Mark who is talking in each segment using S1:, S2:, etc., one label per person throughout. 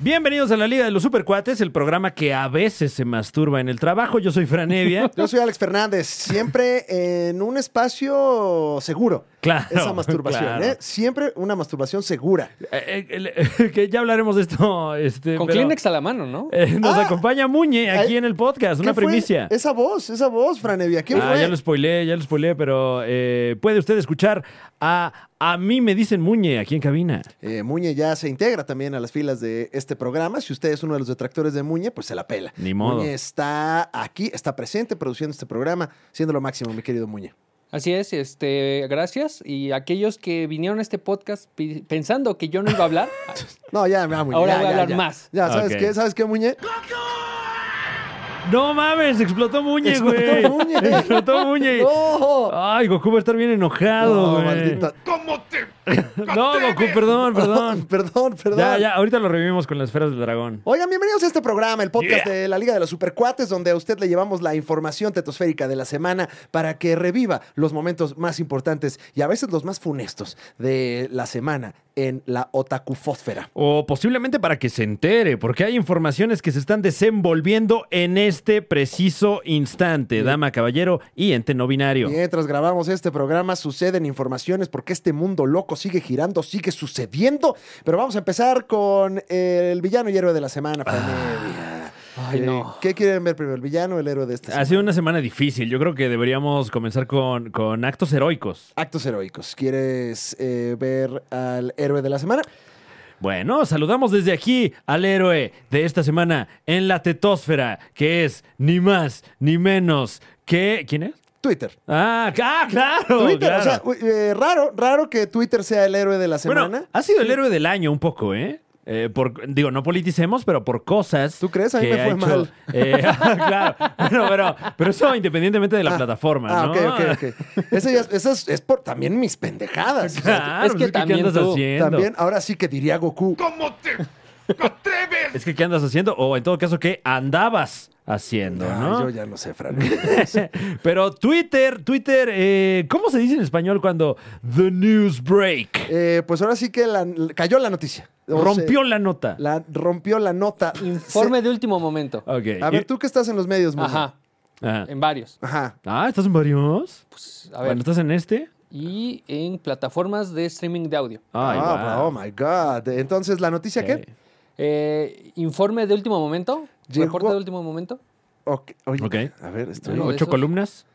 S1: Bienvenidos a la Liga de los Supercuates, el programa que a veces se masturba en el trabajo. Yo soy Fran Evia.
S2: Yo soy Alex Fernández, siempre en un espacio seguro.
S1: Claro,
S2: Esa masturbación,
S1: claro.
S2: ¿eh? Siempre una masturbación segura.
S1: Eh, eh, el- que ya hablaremos de esto. Este,
S3: Con
S1: pero,
S3: Kleenex a la mano, ¿no?
S1: eh, nos
S2: Ah.
S1: acompaña Muñe aquí
S2: Ay,
S1: en el podcast, una
S2: ¿Qué fue
S1: primicia.
S2: Esa voz, esa voz, Franevia. ¿Qué
S1: Ah,
S2: fue?
S1: ya lo spoileé, ya lo spoileé, pero eh, puede usted escuchar a A mí me dicen Muñe aquí en cabina.
S2: Eh, Muñe ya se integra también a las filas de este programa. Si usted es uno de los detractores de Muñe, pues se la pela.
S1: Ni modo.
S2: Muñe está aquí, está presente produciendo este programa, siendo lo máximo, mi querido Muñe.
S3: Así es, este, gracias. Y aquellos que vinieron a este podcast pi- pensando que yo no iba a hablar,
S2: No, ya, ya, Muñe.
S3: Ahora
S2: ya,
S3: voy a
S2: ya,
S3: hablar
S2: ya.
S3: más.
S2: Ya, ¿sabes
S1: Ok.
S2: qué? ¿Sabes qué, Muñe?
S1: No mames, explotó Muñe, güey.
S2: Explotó Muñe.
S1: Explotó Muñe.
S2: ¡No!
S1: Ay, Goku va a estar bien enojado,
S2: No,
S1: güey.
S2: maldita.
S1: No, Goku, perdón, perdón.
S2: Perdón, perdón.
S1: Ya, ya, ahorita lo revivimos con las esferas del dragón.
S2: Oigan, bienvenidos a este programa, el podcast
S1: Yeah.
S2: de la Liga de los Supercuates, donde a usted le llevamos la información tetosférica de la semana para que reviva los momentos más importantes y a veces los más funestos de la semana en la otakufósfera.
S1: O posiblemente para que se entere, porque hay informaciones que se están desenvolviendo en este preciso instante, dama, caballero y ente no binario.
S2: Mientras grabamos este programa suceden informaciones porque este mundo loco sigue girando, sigue sucediendo. Pero vamos a empezar con el villano y héroe de la semana, familia.
S3: Ay, no.
S2: ¿Qué quieren ver primero, el villano o el héroe de esta
S1: Ha
S2: semana?
S1: sido una semana difícil. Yo creo que deberíamos comenzar con, con actos heroicos.
S2: Actos heroicos. ¿Quieres eh, ver al héroe de la semana?
S1: Bueno, saludamos desde aquí al héroe de esta semana en la tetósfera, que es ni más ni menos que. ¿Quién es?
S2: Twitter.
S1: Ah, ah, claro.
S2: Twitter,
S1: claro.
S2: o sea, u- eh, raro, raro que Twitter sea el héroe de la semana.
S1: Bueno, ha sido el héroe del año un poco, ¿eh? Eh, por, digo, no politicemos, pero por cosas.
S2: ¿Tú crees? A mí
S1: que
S2: me
S1: ha
S2: fue mal.
S1: eh, claro. Bueno, pero, pero eso independientemente de la
S2: Ah,
S1: plataforma,
S2: ah,
S1: ¿no?
S2: ok, ok, ok. Ese ya- Esa es, es por también mis pendejadas. O sea,
S1: Claro, pues
S3: Es
S1: es
S3: que
S1: que ¿qué
S3: también
S1: andas
S3: tú,
S1: haciendo?
S2: También, ahora sí que diría Goku.
S1: Es que ¿qué andas haciendo? O en todo caso, ¿qué andabas haciendo,
S2: Ay,
S1: no?
S2: Yo ya no sé, Fran.
S1: Pero Twitter, Twitter, eh, ¿cómo se dice en español cuando the news break?
S2: Eh, pues ahora sí que la- cayó la noticia. O sea,
S1: Rompió la nota.
S2: la, rompió la nota.
S3: informe de último momento.
S1: Ok.
S2: Se- a ver, tú que estás en los medios, Muñe.
S3: Ajá,
S1: Ah.
S3: en varios.
S2: Ajá.
S1: Ah, ¿estás en varios?
S3: Pues, a ver,
S1: Bueno, ¿estás en este?
S3: y en plataformas de streaming de audio.
S1: Ay,
S2: Ah,
S1: wow.
S2: Oh, my God. Entonces, ¿la noticia
S1: Ok.
S2: qué?
S3: Eh, informe de último momento,
S2: Llegó-
S3: reporte de último momento.
S2: Ok, Oye,
S1: Ok.
S2: a ver, estoy...
S3: Uno de
S1: ¿Ocho
S3: esos.
S1: columnas?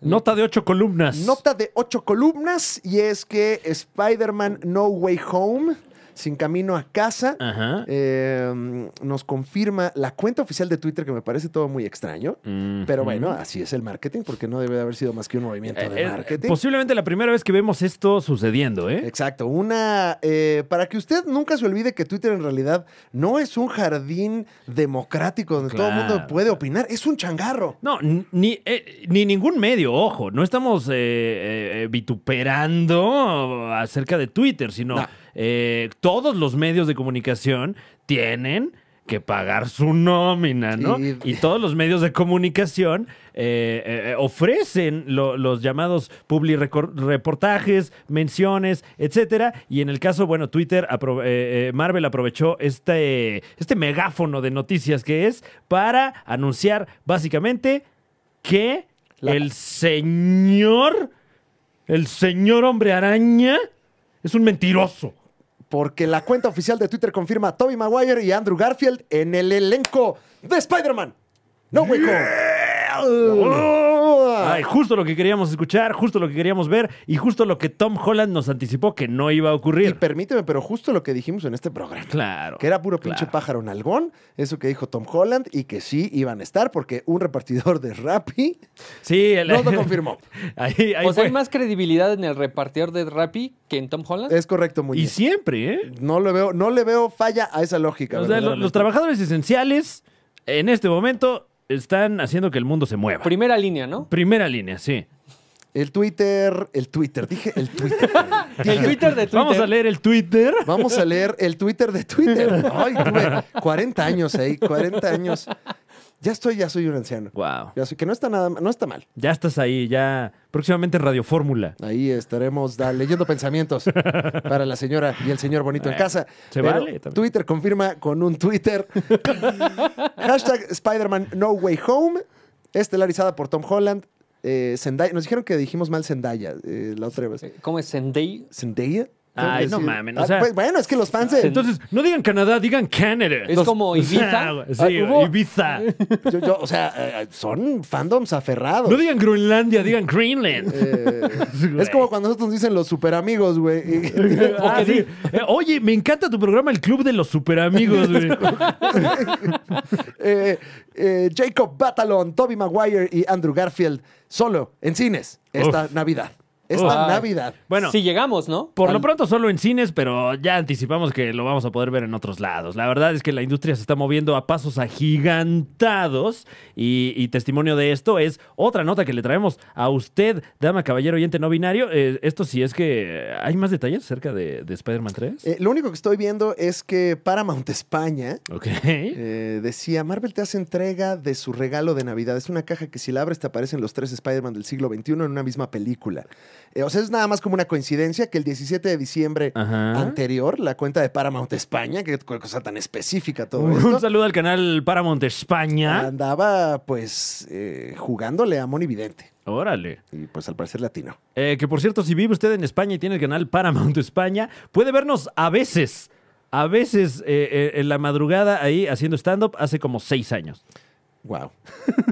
S1: Nota de ocho columnas.
S2: Nota de ocho columnas y es que Spider-Man No Way Home, sin camino a casa,
S1: Ajá.
S2: eh, nos confirma la cuenta oficial de Twitter, que me parece todo muy extraño.
S1: Mm.
S2: Pero bueno,
S1: Mm.
S2: así es el marketing, porque no debe de haber sido más que un movimiento
S1: Eh,
S2: de
S1: eh,
S2: marketing.
S1: posiblemente la primera vez que vemos esto sucediendo, ¿eh?
S2: Exacto, una... eh, para que usted nunca se olvide que Twitter en realidad no es un jardín democrático donde todo el mundo
S1: Claro.
S2: puede opinar, es un changarro.
S1: No, n- ni, eh, ni ningún medio, ojo, no estamos eh, eh, eh, vituperando acerca de Twitter, sino
S2: No.
S1: eh, todos los medios de comunicación tienen que pagar su nómina, ¿no?
S2: Y-
S1: Y todos los medios de comunicación eh, eh, eh, ofrecen lo- los llamados publi recor- reportajes, menciones, etcétera. Y en el caso, bueno, Twitter, apro- eh, eh, Marvel aprovechó este, este megáfono de noticias que es para anunciar básicamente que
S2: La-
S1: el señor, el señor hombre araña, es un mentiroso.
S2: Porque la cuenta oficial de Twitter confirma a Tobey Maguire y Andrew Garfield en el elenco de Spider-Man. No Way Home.
S1: Ay, justo lo que queríamos escuchar, justo lo que queríamos ver y justo lo que Tom Holland nos anticipó que no iba a
S2: Y
S1: ocurrir.
S2: permíteme, pero justo lo que dijimos en este programa.
S1: Claro.
S2: Que era puro pinche
S1: Claro.
S2: pájaro nalgón, eso que dijo Tom Holland, y que sí iban a estar, porque un repartidor de Rappi
S1: Sí, el-
S2: no lo confirmó.
S1: Ahí, ahí
S3: O sea,
S1: fue.
S3: hay más credibilidad en el repartidor de Rappi que en Tom Holland.
S2: Es correcto,
S1: Y
S2: Muñiz.
S1: siempre, ¿eh?
S2: No le veo, no le veo falla a esa lógica.
S1: O sea, lo-
S2: verdaderamente.
S1: los trabajadores esenciales en este momento están haciendo que el mundo se mueva.
S3: Primera línea, ¿no?
S1: Primera línea, sí.
S2: El Twitter, el Twitter, dije el Twitter.
S3: El Twitter de Twitter.
S1: Vamos a leer el Twitter.
S2: Vamos a leer el Twitter de Twitter. Ay, tuve 40 años ahí, 40 años. Ya estoy, ya soy un anciano.
S1: Wow.
S2: Ya soy- que no está nada, ma- no está mal.
S1: Ya estás ahí, ya. Próximamente en Radio Fórmula.
S2: Ahí estaremos da- leyendo pensamientos para la señora y el señor bonito en casa.
S1: Eh, se vale también.
S2: Twitter confirma con un Twitter. Hashtag Spider-Man No Way Home, estelarizada por Tom Holland. Eh, Zendaya- nos dijeron que dijimos mal Zendaya eh, la otra vez.
S3: ¿Cómo es Zendaya?
S2: ¿Zendaya? Creo
S1: Ay,
S2: que
S1: no
S2: sí.
S1: mamen, o
S2: Ah,
S1: sea-
S2: pues, bueno, es que los fans... eh,
S1: Entonces, no digan Canadá, digan Canadá.
S3: Es como Ibiza.
S1: O sea, sí,
S3: Ah, hubo-
S1: Ibiza.
S2: yo- yo, o sea, eh, son fandoms aferrados.
S1: No digan Groenlandia, digan Greenland.
S2: Eh, es como cuando nosotros dicen los superamigos, güey. Y-
S1: Ah, sí. Eh, oye, me encanta tu programa, El Club de los Superamigos. güey.
S2: Eh, eh, Jacob Batalon, Toby Maguire y Andrew Garfield solo en cines esta
S1: Uf.
S2: Navidad. Esta
S3: Uf.
S2: Navidad.
S1: Bueno,
S3: Si llegamos, ¿no?
S1: Por lo
S2: Al-
S1: pronto solo en cines, pero ya anticipamos que lo vamos a poder ver en otros lados. La verdad es que la industria se está moviendo a pasos agigantados y, y testimonio de esto es otra nota que le traemos a usted, dama, caballero, oyente no binario. Eh, esto sí es que hay más detalles acerca de, de Spider-Man 3.
S2: Eh, lo único que estoy viendo es que Paramount España
S1: ok.
S2: eh, decía, Marvel te hace entrega de su regalo de Navidad. Es una caja que si la abres te aparecen los tres Spider-Man del siglo XXI en una misma película. Eh, o sea, es nada más como una coincidencia que el 17 de diciembre
S1: Ajá.
S2: anterior, la cuenta de Paramount España, que cosa tan específica todo
S1: Un,
S2: esto.
S1: saludo al canal Paramount España.
S2: Andaba pues eh, jugándole a Moni Vidente.
S1: Órale.
S2: Y pues al parecer latino.
S1: Eh, que por cierto, si vive usted en España y tiene el canal Paramount España, puede vernos a veces, a veces eh, eh, en la madrugada ahí haciendo stand-up hace como seis años.
S2: Wow.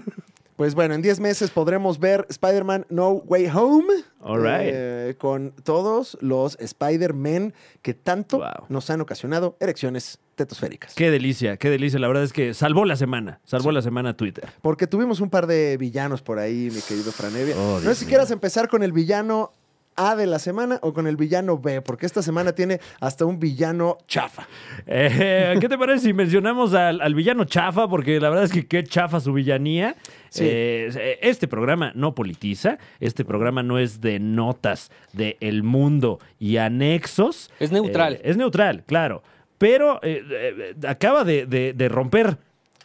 S2: pues bueno, en 10 meses podremos ver Spider-Man No Way Home.
S1: All right.
S2: eh, con todos los Spider-Men que tanto
S1: Wow.
S2: nos han ocasionado erecciones tetosféricas.
S1: Qué delicia, qué delicia. La verdad es que salvó la semana, salvó la semana Twitter.
S2: Porque tuvimos un par de villanos por ahí, mi querido Franevia.
S1: Oh,
S2: no
S1: Dios
S2: sé si quieras empezar con el villano A de la semana o con el villano B, porque esta semana tiene hasta un villano chafa.
S1: Eh, ¿Qué te parece si mencionamos al, al villano chafa? Porque la verdad es que qué chafa su villanía.
S2: Sí.
S1: Eh, este programa no politiza, este programa no es de notas de El Mundo y anexos.
S3: Es neutral.
S1: Eh, es neutral, claro. Pero eh, eh, acaba de, de- de romper.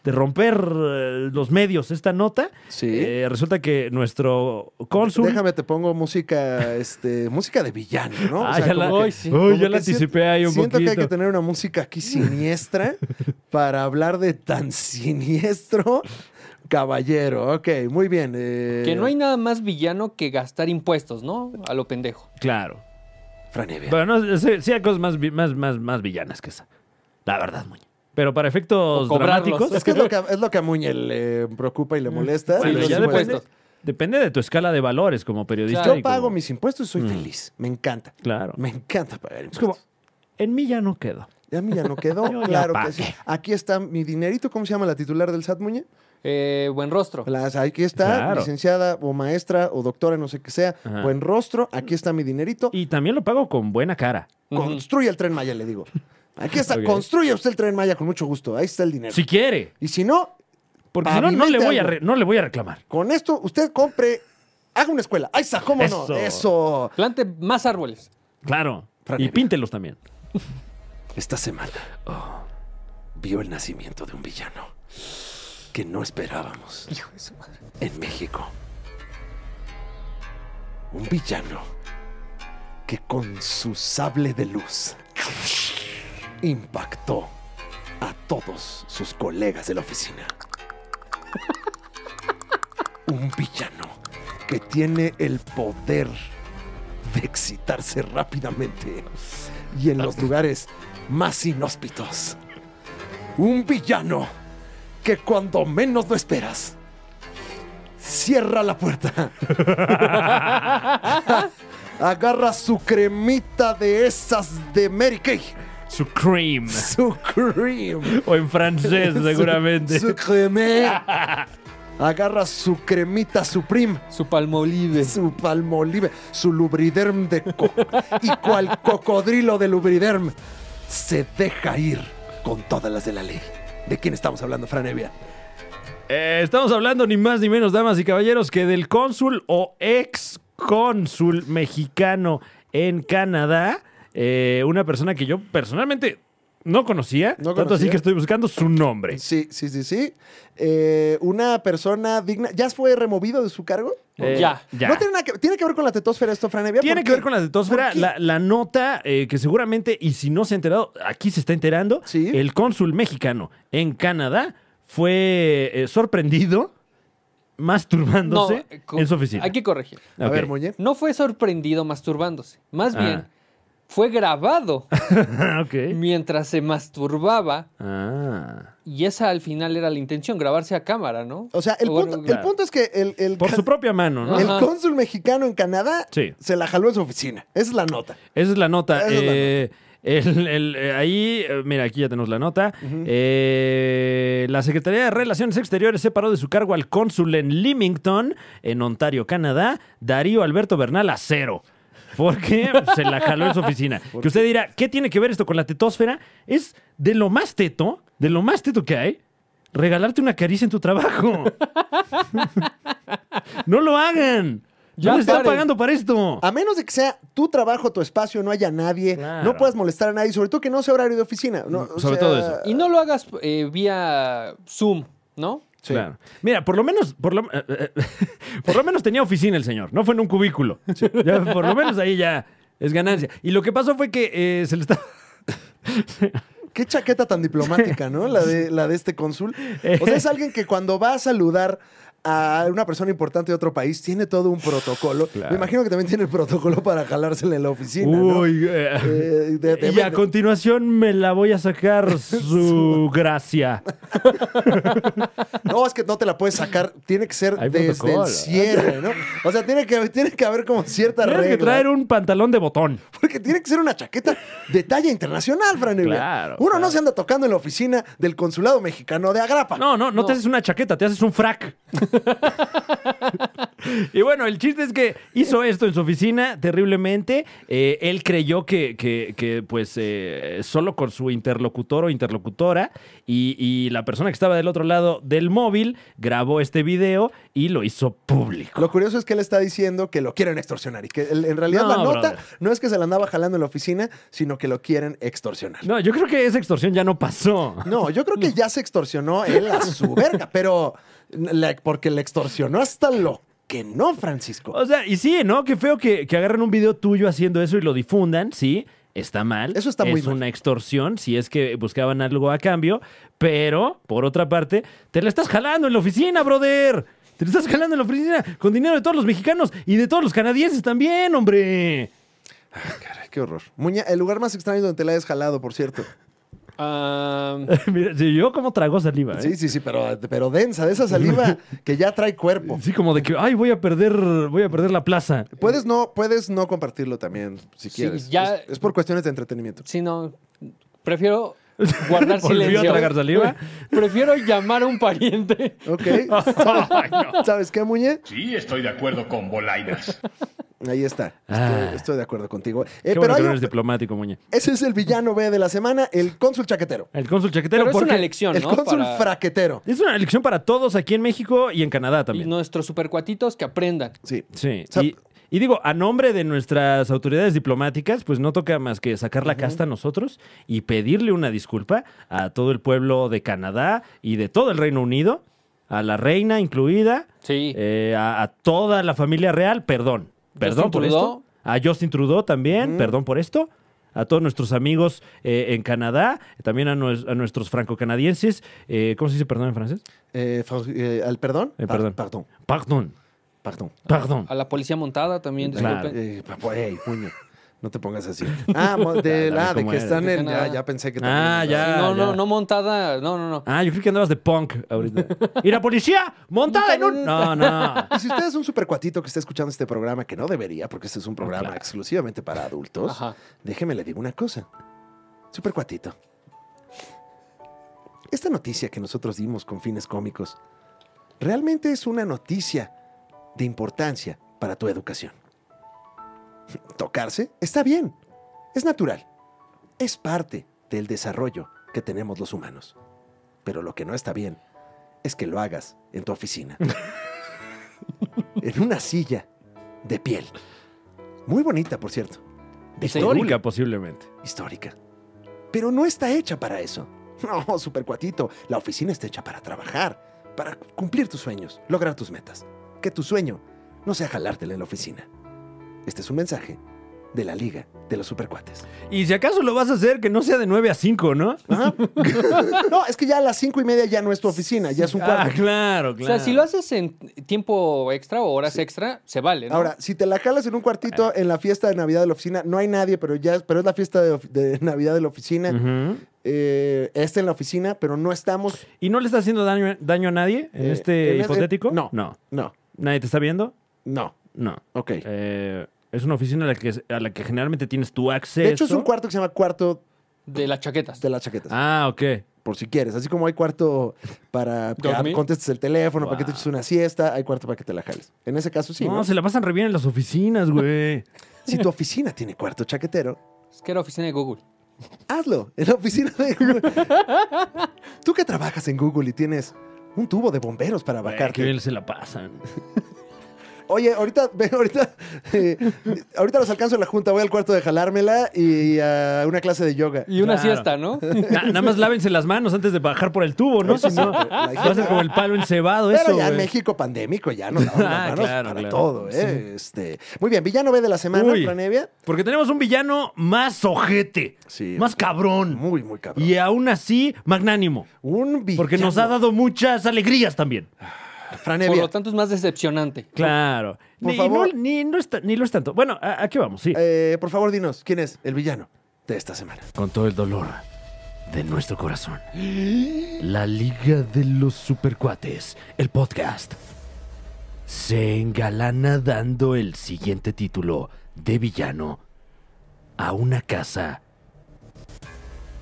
S1: De romper eh, los medios esta nota.
S2: Sí.
S1: Eh, resulta que nuestro cónsul.
S2: Déjame te pongo música, este, música de villano, ¿no? O
S1: Ah,
S2: sea,
S1: ya la,
S2: como que-
S1: Uy,
S3: sí.
S1: ya
S2: como que
S1: la
S2: siento-
S1: anticipé ahí un
S2: Siento
S1: poquito.
S2: que hay que tener una música aquí siniestra para hablar de tan siniestro caballero. Ok, muy bien. eh,
S3: Que no hay nada más villano que gastar impuestos, ¿no? A lo pendejo.
S1: Claro.
S2: Fran Evia.
S1: Bueno, no, sí, sí hay cosas más, vi- más, más, más villanas que esa. La verdad, Muñe. Pero para efectos
S3: O cobrarlos.
S1: dramáticos.
S2: Es que es lo que, a- es lo que a Muñe le preocupa y le molesta.
S3: Sí,
S1: Mm. bueno,
S2: los
S1: ya
S2: impuestos.
S1: depende, depende de tu escala de valores como periodista.
S3: Claro.
S1: y
S2: Yo
S1: como-
S2: pago mis impuestos y soy feliz. Me encanta.
S1: Claro.
S2: Me encanta pagar
S1: Es
S2: impuestos.
S1: como, en mí ya no quedo.
S2: Ya a mí ya no quedó.
S1: Yo ya
S2: claro que
S1: pagué.
S2: sí. Aquí está mi dinerito. ¿Cómo se llama la titular del SAT, Muñe?
S3: Eh, buen rostro.
S2: Las- aquí está,
S1: Claro.
S2: licenciada o maestra o doctora, no sé qué sea,
S1: Ajá.
S2: buen rostro, aquí está mi dinerito,
S1: Y también lo pago con buena cara.
S2: construye el tren Maya, le digo. Aquí está,
S1: Ok.
S2: construye usted el tren Maya con mucho gusto, ahí está el dinero.
S1: Si quiere.
S2: Y si no,
S1: Porque si no, no le,
S2: Pavimente
S1: voy a
S2: algo.
S1: re- no le voy a reclamar.
S2: con esto usted compre, haga una escuela, ahí está, cómo no,
S1: Eso.
S2: eso.
S3: Plante más árboles.
S1: Claro.
S2: Fran
S1: Y
S2: Evia.
S1: píntelos también.
S2: Esta semana oh, vio el nacimiento de un villano que no esperábamos
S3: Hijo de su madre.
S2: en México. Un villano que con su sable de luz impactó a todos sus colegas de la oficina. Un villano que tiene el poder de excitarse rápidamente y en los lugares más inhóspitos. Un villano que cuando menos lo esperas, cierra la puerta. Agarra su cremita de esas de Mary Kay.
S1: Su cream.
S2: Su cream.
S1: O en francés, seguramente.
S2: Su, su creme. Agarra su cremita Supreme,
S3: Su palmolive.
S2: su palmolive, su lubriderm de coco. Y cual cocodrilo de lubriderm se deja ir con todas las de la ley. ¿De quién estamos hablando, Fran Evia?
S1: Eh, estamos hablando ni más ni menos, damas y caballeros, que del cónsul o ex cónsul mexicano en Canadá. Eh, una persona que yo personalmente no conocía,
S2: No
S1: tanto así
S2: conocía.
S1: que estoy buscando su nombre.
S2: Sí, sí, sí, sí. Eh, una persona digna. ¿Ya fue removido de su cargo?
S1: Eh,
S3: ya.
S1: ya.
S2: No tiene nada que, tiene que ver con la tetosfera esto, Franevia.
S1: Tiene que ver con la tetosfera,
S2: ¿Por qué?
S1: la, la nota eh, que seguramente, y si no se ha enterado, aquí se está enterando,
S2: Sí.
S1: el cónsul mexicano en Canadá fue eh, sorprendido masturbándose
S3: eh, co-
S1: en su oficina.
S3: Hay que corregir.
S2: eh, A
S1: Ok.
S2: ver, Muñe.
S3: No fue sorprendido masturbándose. Más
S1: Ah.
S3: bien, fue grabado
S1: Ok.
S3: mientras se masturbaba.
S1: Ah.
S3: Y esa al final era la intención, grabarse a cámara, ¿no?
S2: O sea, el,
S3: Bueno,
S2: punto, el
S1: claro.
S2: punto es que el, el
S1: Por
S2: can-
S1: su propia mano, ¿no?
S2: el
S3: Ajá.
S2: cónsul mexicano en Canadá
S1: Sí.
S2: se la jaló en su oficina. Esa es la nota.
S1: Esa es la nota.
S2: Esa es la
S1: Eh, el- el- eh, ahí, eh, mira, aquí ya tenemos la nota. Eh, la Secretaría de Relaciones Exteriores separó de su cargo al cónsul en Leamington, en Ontario, Canadá, Darío Alberto Bernal a cero. Porque se la jaló en su oficina. Que usted dirá, ¿qué tiene que ver esto con la tetósfera? Es de lo más teto, de lo más teto que hay, regalarte una caricia en tu trabajo. no lo hagan.
S3: Ya
S1: Ya le están
S3: paren.
S1: pagando para esto.
S2: A menos de que sea tu trabajo, tu espacio, no haya nadie,
S1: Claro.
S2: no puedas molestar a nadie, sobre todo que no sea horario de oficina. No, o
S1: Sobre
S2: sea,
S1: todo eso.
S3: Y no lo hagas eh, vía Zoom, ¿no?
S2: Sí.
S1: Claro. Mira, por lo menos, por lo, eh, eh, por lo menos tenía oficina el señor, no fue en un cubículo. Ya, por lo menos ahí ya es ganancia. Y lo que pasó fue que eh, se le está.
S2: Qué chaqueta tan diplomática, ¿no? La de, la de este cónsul. O sea, es alguien que cuando va a saludar a una persona importante de otro país, tiene todo un protocolo.
S1: Claro.
S2: Me imagino que también tiene el protocolo para jalársela en la oficina, ¿no?
S1: Uy, eh,
S2: Eh, de- de-
S1: y a
S2: de-
S1: continuación me la voy a sacar su gracia.
S2: No, es que no te la puedes sacar. Tiene que ser
S1: Hay
S2: desde
S1: protocolo.
S2: el cierre, ¿no? O sea, tiene que, tiene que haber como cierta
S1: Tienes
S2: regla.
S1: que traer un pantalón de botón.
S2: Porque tiene que ser una chaqueta de talla internacional, Fran Evia.
S1: Claro,
S2: Uno
S1: claro.
S2: no se anda tocando en la oficina del consulado mexicano de Agrapa.
S1: No, no, no, te haces una chaqueta, te haces un frac. y bueno, el chiste es que hizo esto en su oficina terriblemente. Eh, él creyó que, que- que, pues, eh, solo con su interlocutor o interlocutora y, y la persona que estaba del otro lado del móvil grabó este video y lo hizo público.
S2: Lo curioso es que él está diciendo que lo quieren extorsionar y que el- en realidad
S1: No,
S2: la nota
S1: brother.
S2: no es que se la andaba jalando en la oficina, sino que lo quieren extorsionar.
S1: No, yo creo que esa extorsión ya no pasó.
S2: No, yo creo que ya se extorsionó él a su verga, pero la- porque le extorsionó hasta lo que no, Francisco.
S1: O sea, y sí, ¿no? Qué feo que, que agarren un video tuyo haciendo eso y lo difundan, sí. Está mal.
S2: Eso está muy
S1: Es
S2: mal.
S1: una extorsión si es que buscaban algo a cambio. Pero, por otra parte, te la estás jalando en la oficina, brother. Te la estás jalando en la oficina con dinero de todos los mexicanos y de todos los canadienses también, hombre.
S2: Caray, qué horror. Muña, el lugar más extraño donde te la hayas jalado, por cierto.
S3: Ah,
S1: Mira, sí, yo como trago saliva. ¿eh?
S2: Sí, sí, sí, pero, pero densa, de esa saliva que ya trae cuerpo.
S1: Sí, como de que, ay, voy a perder, voy a perder la plaza.
S2: Puedes no, puedes no compartirlo también, si
S3: Sí,
S2: quieres.
S3: ya-
S2: Es, es por cuestiones de entretenimiento.
S3: sí, no. Prefiero guardar
S1: ¿Volvió a
S3: silencio.
S1: tragar saliva?
S3: Prefiero llamar a un pariente.
S2: Ok.
S1: Ay, no.
S2: ¿Sabes qué, Muñe?
S4: Sí, estoy de acuerdo con Bolainas.
S2: Ahí está. Estoy,
S1: Ah.
S2: estoy de acuerdo contigo. Eh,
S1: Qué
S2: pero
S1: bueno que
S2: hay
S1: no
S2: un-
S1: eres diplomático, muñe.
S2: ese es el villano B de la semana, el cónsul chaquetero.
S1: El cónsul chaquetero.
S3: Pero, es una
S1: porque-
S3: elección,
S2: El
S3: ¿no?
S2: cónsul
S3: Para-
S2: fraquetero.
S1: Es una elección para todos aquí en México y en Canadá
S3: y
S1: también.
S3: nuestros supercuatitos que aprendan.
S2: Sí.
S1: Sí.
S2: O sea,
S1: y, y digo, a nombre de nuestras autoridades diplomáticas, pues no toca más que sacar la casta a nosotros y pedirle una disculpa a todo el pueblo de Canadá y de todo el Reino Unido, a la reina incluida,
S3: Sí.
S1: eh, a, a toda la familia real, perdón. Perdón por
S3: Trudeau.
S1: esto. A Justin Trudeau también, perdón por esto. A todos nuestros amigos eh, en Canadá, también a, nues- a nuestros franco-canadienses. Eh, ¿Cómo se dice perdón en francés?
S2: Eh, fa- eh, ¿Al perdón?
S1: Eh,
S2: Par-
S1: perdón.
S2: Perdón.
S1: Pardon,
S2: Perdón.
S1: perdón.
S3: A la policía montada también,
S1: Claro.
S3: disculpen.
S2: Eh, pa- pa- ey, puño. No te pongas así. Ah, mo- de
S1: Ándale,
S2: la de
S1: ¿cómo
S2: que
S1: eres?
S2: están en.
S3: Dejen
S2: Ya,
S3: a-
S2: ya pensé que
S1: Ah,
S2: también-
S1: ya,
S3: no, no,
S1: ya.
S3: no montada. No, no, no.
S1: Ah, yo creo que andabas de punk ahorita. ¿Y la policía? ¿Montada en un.? No, no.
S2: Y si usted es un supercuatito que está escuchando este programa, que no debería, porque este es un programa exclusivamente para adultos,
S3: Ajá.
S2: déjeme le digo una cosa. Supercuatito. Esta noticia que nosotros dimos con fines cómicos realmente es una noticia de importancia para tu educación. Tocarse está bien, es natural, es parte del desarrollo que tenemos los humanos. Pero lo que no está bien es que lo hagas en tu oficina en una silla de piel. Muy bonita, por cierto.
S1: Histórica, posiblemente.
S2: Histórica. pero no está hecha para eso. No, supercuatito, la oficina está hecha para trabajar, para cumplir tus sueños, lograr tus metas. Que tu sueño no sea jalártela en la oficina. Este es un mensaje de la Liga de los Supercuates.
S1: Y si acaso lo vas a hacer, que no sea de 9 a 5, ¿no?
S2: Ajá. no, es que ya a las cinco y media ya no es tu oficina, ya es un cuarto.
S1: Ah, claro,
S3: O
S1: claro.
S3: sea, si lo haces en tiempo extra o horas extra, se vale, ¿no?
S2: Ahora, si te la jalas en un cuartito en la fiesta de Navidad de la oficina, no hay nadie, pero ya, pero es la fiesta de, of- de Navidad de la oficina.
S1: Ujú.
S2: Eh, está en la oficina, pero no estamos.
S1: ¿Y no le está haciendo daño, daño a nadie en
S2: Eh,
S1: este
S2: en ese-
S1: hipotético?
S2: no.
S1: No.
S2: No,
S1: ¿Nadie te está viendo?
S2: no.
S1: No.
S2: Ok.
S1: Eh, es una oficina a la, que, a la que generalmente tienes tu acceso.
S2: de hecho, es un cuarto que se llama cuarto
S3: De las chaquetas.
S2: de las chaquetas.
S1: Ah, ok.
S2: Por si quieres. Así como hay cuarto para que ah,
S3: ¿Dormir?
S2: contestes el teléfono, para que te
S1: Wow.
S2: eches una siesta, hay cuarto para que te la jales. En ese caso, sí.
S1: no,
S2: ¿no?
S1: se la pasan re bien en las oficinas, güey.
S2: Si tu oficina tiene cuarto chaquetero,
S3: Es que era oficina de Google.
S2: Hazlo en la oficina de Google. Tú que trabajas en Google y tienes un tubo de bomberos para
S1: Güey, Eh, Qué
S2: vacarte.
S1: bien se la pasan.
S2: Oye, ahorita, ve, ahorita, eh, ahorita los alcanzo en la junta. Voy al cuarto de jalármela y a una clase de yoga.
S3: Y
S1: Claro.
S3: una siesta, ¿no?
S1: Na- nada más lávense las manos antes de bajar por el tubo, ¿no? Si no, va a ser como el palo encebado
S2: Pero
S1: eso,
S2: ya en
S1: güey.
S2: México pandémico ya no lavamos las
S1: Ah,
S2: manos
S1: claro,
S2: para
S1: claro.
S2: todo, ¿eh? Este, muy bien, villano B de la semana,
S1: Uy.
S2: Planevia.
S1: Porque tenemos un villano más ojete,
S2: Sí.
S1: más cabrón,
S2: Muy, muy cabrón.
S1: y aún así magnánimo.
S2: Un villano.
S1: Porque nos ha dado muchas alegrías también.
S3: Por
S2: Franevia.
S3: lo tanto, es más decepcionante.
S1: Claro.
S2: Por
S1: ni,
S2: favor.
S1: No, ni, no es, ta- ni lo es tanto. Bueno, ¿a, a qué vamos? Sí.
S2: eh, por favor, dinos, ¿quién es el villano de esta semana?
S1: Con todo el dolor de nuestro corazón. La Liga de los Supercuates, el podcast, se engalana dando el siguiente título de villano a una casa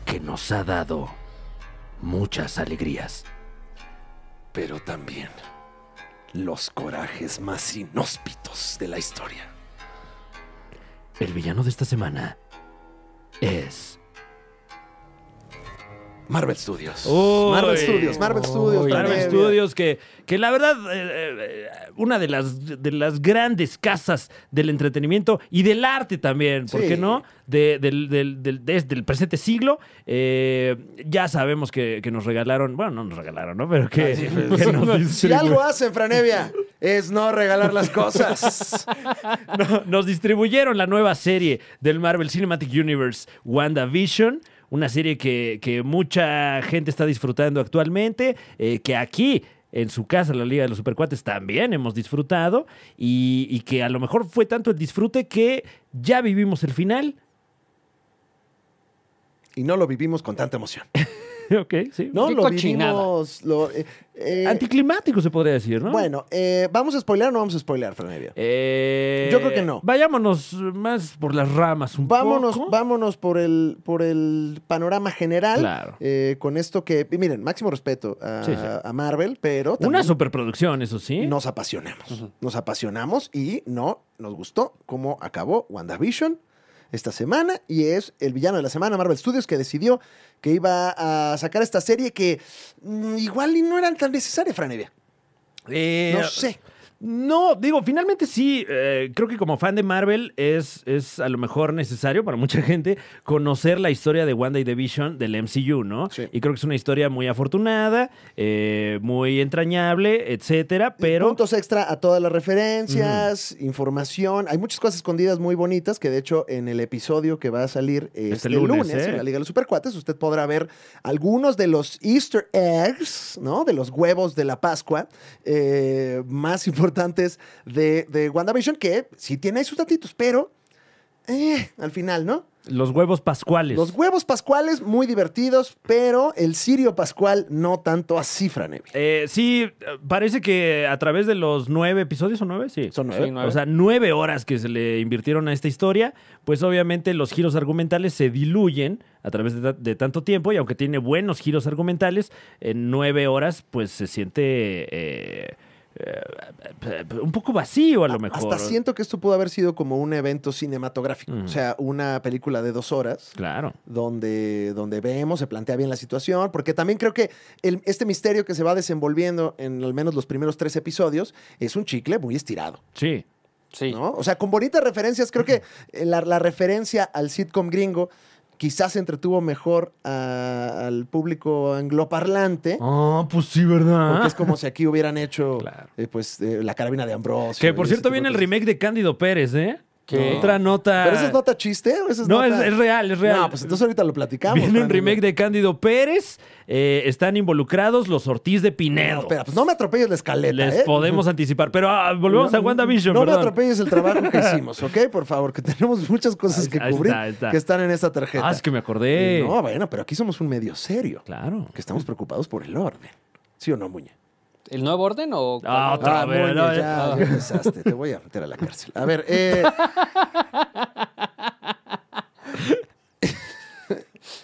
S1: que nos ha dado muchas alegrías.
S2: pero también los corajes más inhóspitos de la historia.
S1: El villano de esta semana es...
S2: Marvel Studios.
S1: Uy.
S2: Marvel Studios, Marvel Studios.
S3: Uy,
S1: Marvel
S2: Planeta.
S1: Studios, que, que la verdad, eh, eh, una de las, de las grandes casas del entretenimiento y del arte también, ¿por
S2: Sí.
S1: qué no? De- del, del- del- desde el presente siglo, eh, ya sabemos que, que nos regalaron, bueno, no nos regalaron, ¿no? Pero que, que nos,
S2: pues, Si
S1: distribu-
S2: algo hacen, Franevia, es no regalar las cosas.
S1: no, nos distribuyeron la nueva serie del Marvel Cinematic Universe, WandaVision. Una serie que, que mucha gente está disfrutando actualmente, eh, que aquí en su casa, la Liga de los Supercuates, también hemos disfrutado y, y que a lo mejor fue tanto el disfrute que ya vivimos el final.
S2: Y no lo vivimos con tanta emoción.
S1: ok, sí.
S2: No
S3: Qué
S2: lo
S3: cochinada.
S2: vivimos. lo- eh, eh,
S1: Anticlimático se podría decir, ¿no?
S2: Bueno, eh, ¿vamos a spoilear o no vamos a spoilear, Franevia?
S1: Eh,
S2: Yo creo que no.
S1: Vayámonos más por las ramas un
S2: Vámonos,
S1: poco.
S2: vámonos por el, por el panorama general.
S1: Claro.
S2: eh, con esto que, y miren, máximo respeto a,
S1: Sí, sí.
S2: a Marvel, pero
S1: Una
S2: también
S1: superproducción, eso sí.
S2: nos apasionamos. Nos apasionamos y no nos gustó cómo acabó WandaVision esta semana. Y es el villano de la semana, Marvel Studios, que decidió que iba a sacar esta serie que mm, igual y no era tan necesaria, Franevia.
S1: Eh,
S2: No sé.
S1: No, digo, finalmente sí, eh, creo que como fan de Marvel es, es a lo mejor necesario para mucha gente conocer la historia de Wanda y The Vision del MCU, ¿no?
S2: Sí.
S1: Y creo que es una historia muy afortunada, eh, muy entrañable, etcétera, pero...
S2: Puntos extra a todas las referencias, información. Hay muchas cosas escondidas muy bonitas que, de hecho, en el episodio que va a salir este, lunes,
S1: lunes, ¿eh?
S2: en la Liga de los Supercuates, usted podrá ver algunos de los Easter eggs, ¿no? De los huevos de la Pascua eh, más importantes de, de WandaVision, que sí tiene ahí sus datitos, pero eh, al final, ¿no?
S1: Los huevos pascuales.
S2: Los huevos pascuales muy divertidos, pero el sirio pascual no tanto así, Franevi.
S1: Eh, sí, eh, parece que a través de los nueve episodios, ¿o nueve? Sí.
S2: Son nueve.
S3: Sí, nueve.
S1: O sea, nueve horas que se le invirtieron a esta historia, pues obviamente los giros argumentales se diluyen a través de, ta- de tanto tiempo y aunque tiene buenos giros argumentales, en nueve horas pues se siente eh, eh, un poco vacío a lo mejor.
S2: Hasta siento que esto pudo haber sido como un evento cinematográfico,
S1: Ujú.
S2: o sea, una película de dos horas.
S1: Claro.
S2: Donde, donde vemos, se plantea bien la situación, porque también creo que el- este misterio que se va desenvolviendo en al menos los primeros tres episodios es un chicle muy estirado,
S1: Sí.
S3: Sí.
S2: ¿no? O sea, con bonitas referencias, creo que eh, la, la referencia al sitcom gringo quizás entretuvo mejor a- al público angloparlante.
S1: Ah, pues sí,
S2: Porque
S1: ¿verdad?
S2: es como si aquí hubieran hecho
S1: Claro.
S2: eh, pues eh, la carabina de Ambrosio.
S1: Que por
S2: y ese
S1: cierto
S2: tipo de
S1: viene el
S2: cosas.
S1: remake de Cándido Pérez, ¿eh?
S3: ¿Qué?
S1: Otra nota.
S2: ¿Pero esa es nota chiste o esa es
S1: No, es,
S2: nota-
S1: es real, es real.
S2: No, pues entonces ahorita lo platicamos.
S1: Viene un
S2: Fran. ¿eh?
S1: remake de Cándido Pérez. eh, están involucrados los Ortiz de
S2: No,
S1: Pinedo.
S2: espera, pues no me atropelles la escaleta,
S1: Les
S2: ¿eh?
S1: podemos anticipar. Pero ah, volvemos a WandaVision,
S2: No me
S1: perdón.
S2: atropelles el trabajo que hicimos, ¿ok? Por favor, que tenemos muchas cosas
S1: Ahí-
S2: que
S1: ahí
S2: cubrir
S1: está, ahí está.
S2: que están en esta tarjeta.
S1: Ah, es que me acordé.
S2: Y No, bueno, pero aquí somos un medio serio.
S1: Claro.
S2: Que estamos preocupados por el orden. ¿Sí o no, Muñe?
S3: ¿El nuevo orden o...?
S1: Ah, otra vez.
S2: Muñe,
S1: no,
S2: ya,
S3: no.
S2: ya empezaste. Te voy a meter a la cárcel. A ver, eh...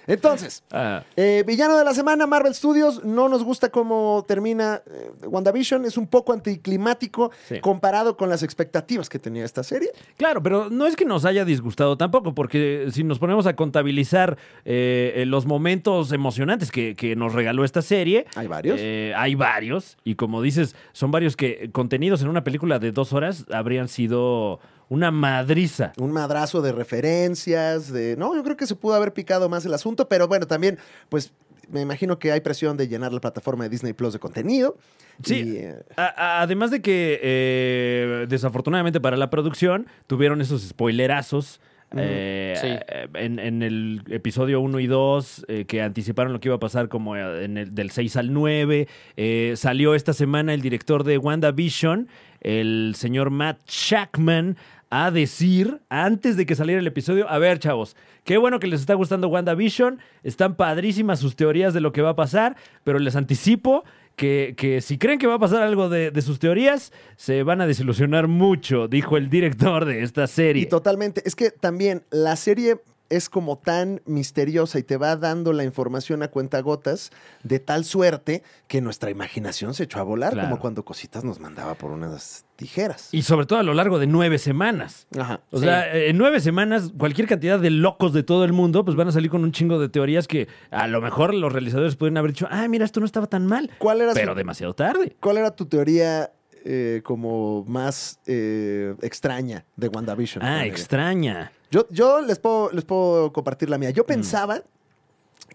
S2: Entonces,
S1: Ah,
S2: Eh, villano de la semana, Marvel Studios. No nos gusta cómo termina eh, WandaVision. Es un poco anticlimático
S1: Sí.
S2: comparado con las expectativas que tenía esta serie.
S1: claro, pero no es que nos haya disgustado tampoco, porque si nos ponemos a contabilizar eh, eh, los momentos emocionantes que, que nos regaló esta serie,
S2: Hay varios.
S1: eh, hay varios. Y como dices, son varios que eh, contenidos en una película de dos horas habrían sido una madriza.
S2: Un madrazo de referencias, de... No, yo creo que se pudo haber picado más el asunto, pero bueno, también, pues, me imagino que hay presión de llenar la plataforma de Disney Plus de contenido.
S1: Sí.
S2: Y, eh,
S1: A- a- además de que, eh, desafortunadamente para la producción, tuvieron esos spoilerazos. eh,
S3: sí.
S1: eh, en, en el episodio 1 y 2 eh, que anticiparon lo que iba a pasar como eh, en el- del 6 al 9 eh, salió esta semana el director de WandaVision el señor Matt Shackman a decir antes de que saliera el episodio a ver chavos qué bueno que les está gustando WandaVision están padrísimas sus teorías de lo que va a pasar pero les anticipo que, que si creen que va a pasar algo de, de sus teorías, se van a desilusionar mucho, dijo el director de esta serie.
S2: Y totalmente. Es que también la serie es como tan misteriosa y te va dando la información a cuentagotas de tal suerte que nuestra imaginación se echó a volar,
S1: Claro.
S2: como cuando Cositas nos mandaba por unas tijeras.
S1: Y sobre todo a lo largo de nueve semanas.
S2: Ajá.
S1: O
S3: Sí.
S1: sea, en nueve semanas, cualquier cantidad de locos de todo el mundo, pues van a salir con un chingo de teorías que a lo mejor los realizadores pueden haber dicho, ah, mira, esto no estaba tan mal.
S2: ¿Cuál era, su-
S1: Pero demasiado tarde.
S2: ¿Cuál era tu teoría eh, como más eh, extraña de WandaVision?
S1: Ah,
S2: Eh,
S1: extraña.
S2: Yo, yo les, puedo, les puedo compartir la mía.
S1: Mm.
S2: Yo pensaba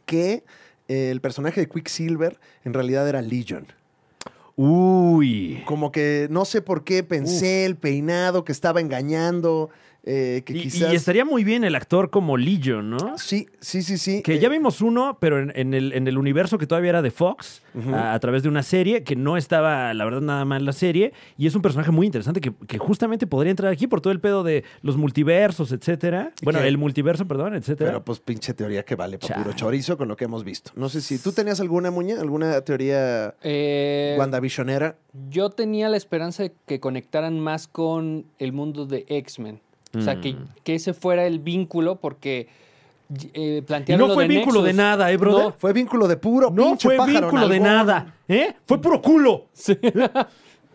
S2: que eh, el personaje de Quicksilver en realidad era Legion.
S1: Uy.
S2: Como que no sé por qué pensé el peinado que estaba engañando, eh, que
S1: Y,
S2: quizás...
S1: y estaría muy bien el actor como Legion, ¿no?
S2: Sí, sí, sí, sí.
S1: Que
S2: Eh,
S1: ya vimos uno, pero en, en el, en el universo que todavía era de Fox,
S2: Ujú.
S1: a, a través de una serie que no estaba, la verdad, nada mal la serie. Y es un personaje muy interesante que, que justamente podría entrar aquí por todo el pedo de los multiversos, etcétera. Bueno,
S2: que-
S1: el multiverso, perdón, etcétera.
S2: Pero pues pinche teoría que vale para
S1: Chale.
S2: puro chorizo con lo que hemos visto. No sé si tú tenías alguna muñeca, alguna teoría
S3: Eh,
S2: WandaVisionera.
S3: Yo tenía la esperanza de que conectaran más con el mundo de X-Men. O sea, que,
S1: Mm.
S3: que ese fuera el vínculo porque eh,
S1: y
S3: plantearon
S1: no
S3: lo
S1: fue
S3: de
S1: vínculo de
S3: Nexus.
S1: nada, ¿eh, brother?
S2: Fue vínculo de puro
S1: No,
S2: pinche
S1: fue
S2: pájaro
S1: vínculo de
S2: nalgón.
S1: nada, ¿eh? Fue puro culo.
S4: Sí,
S3: No,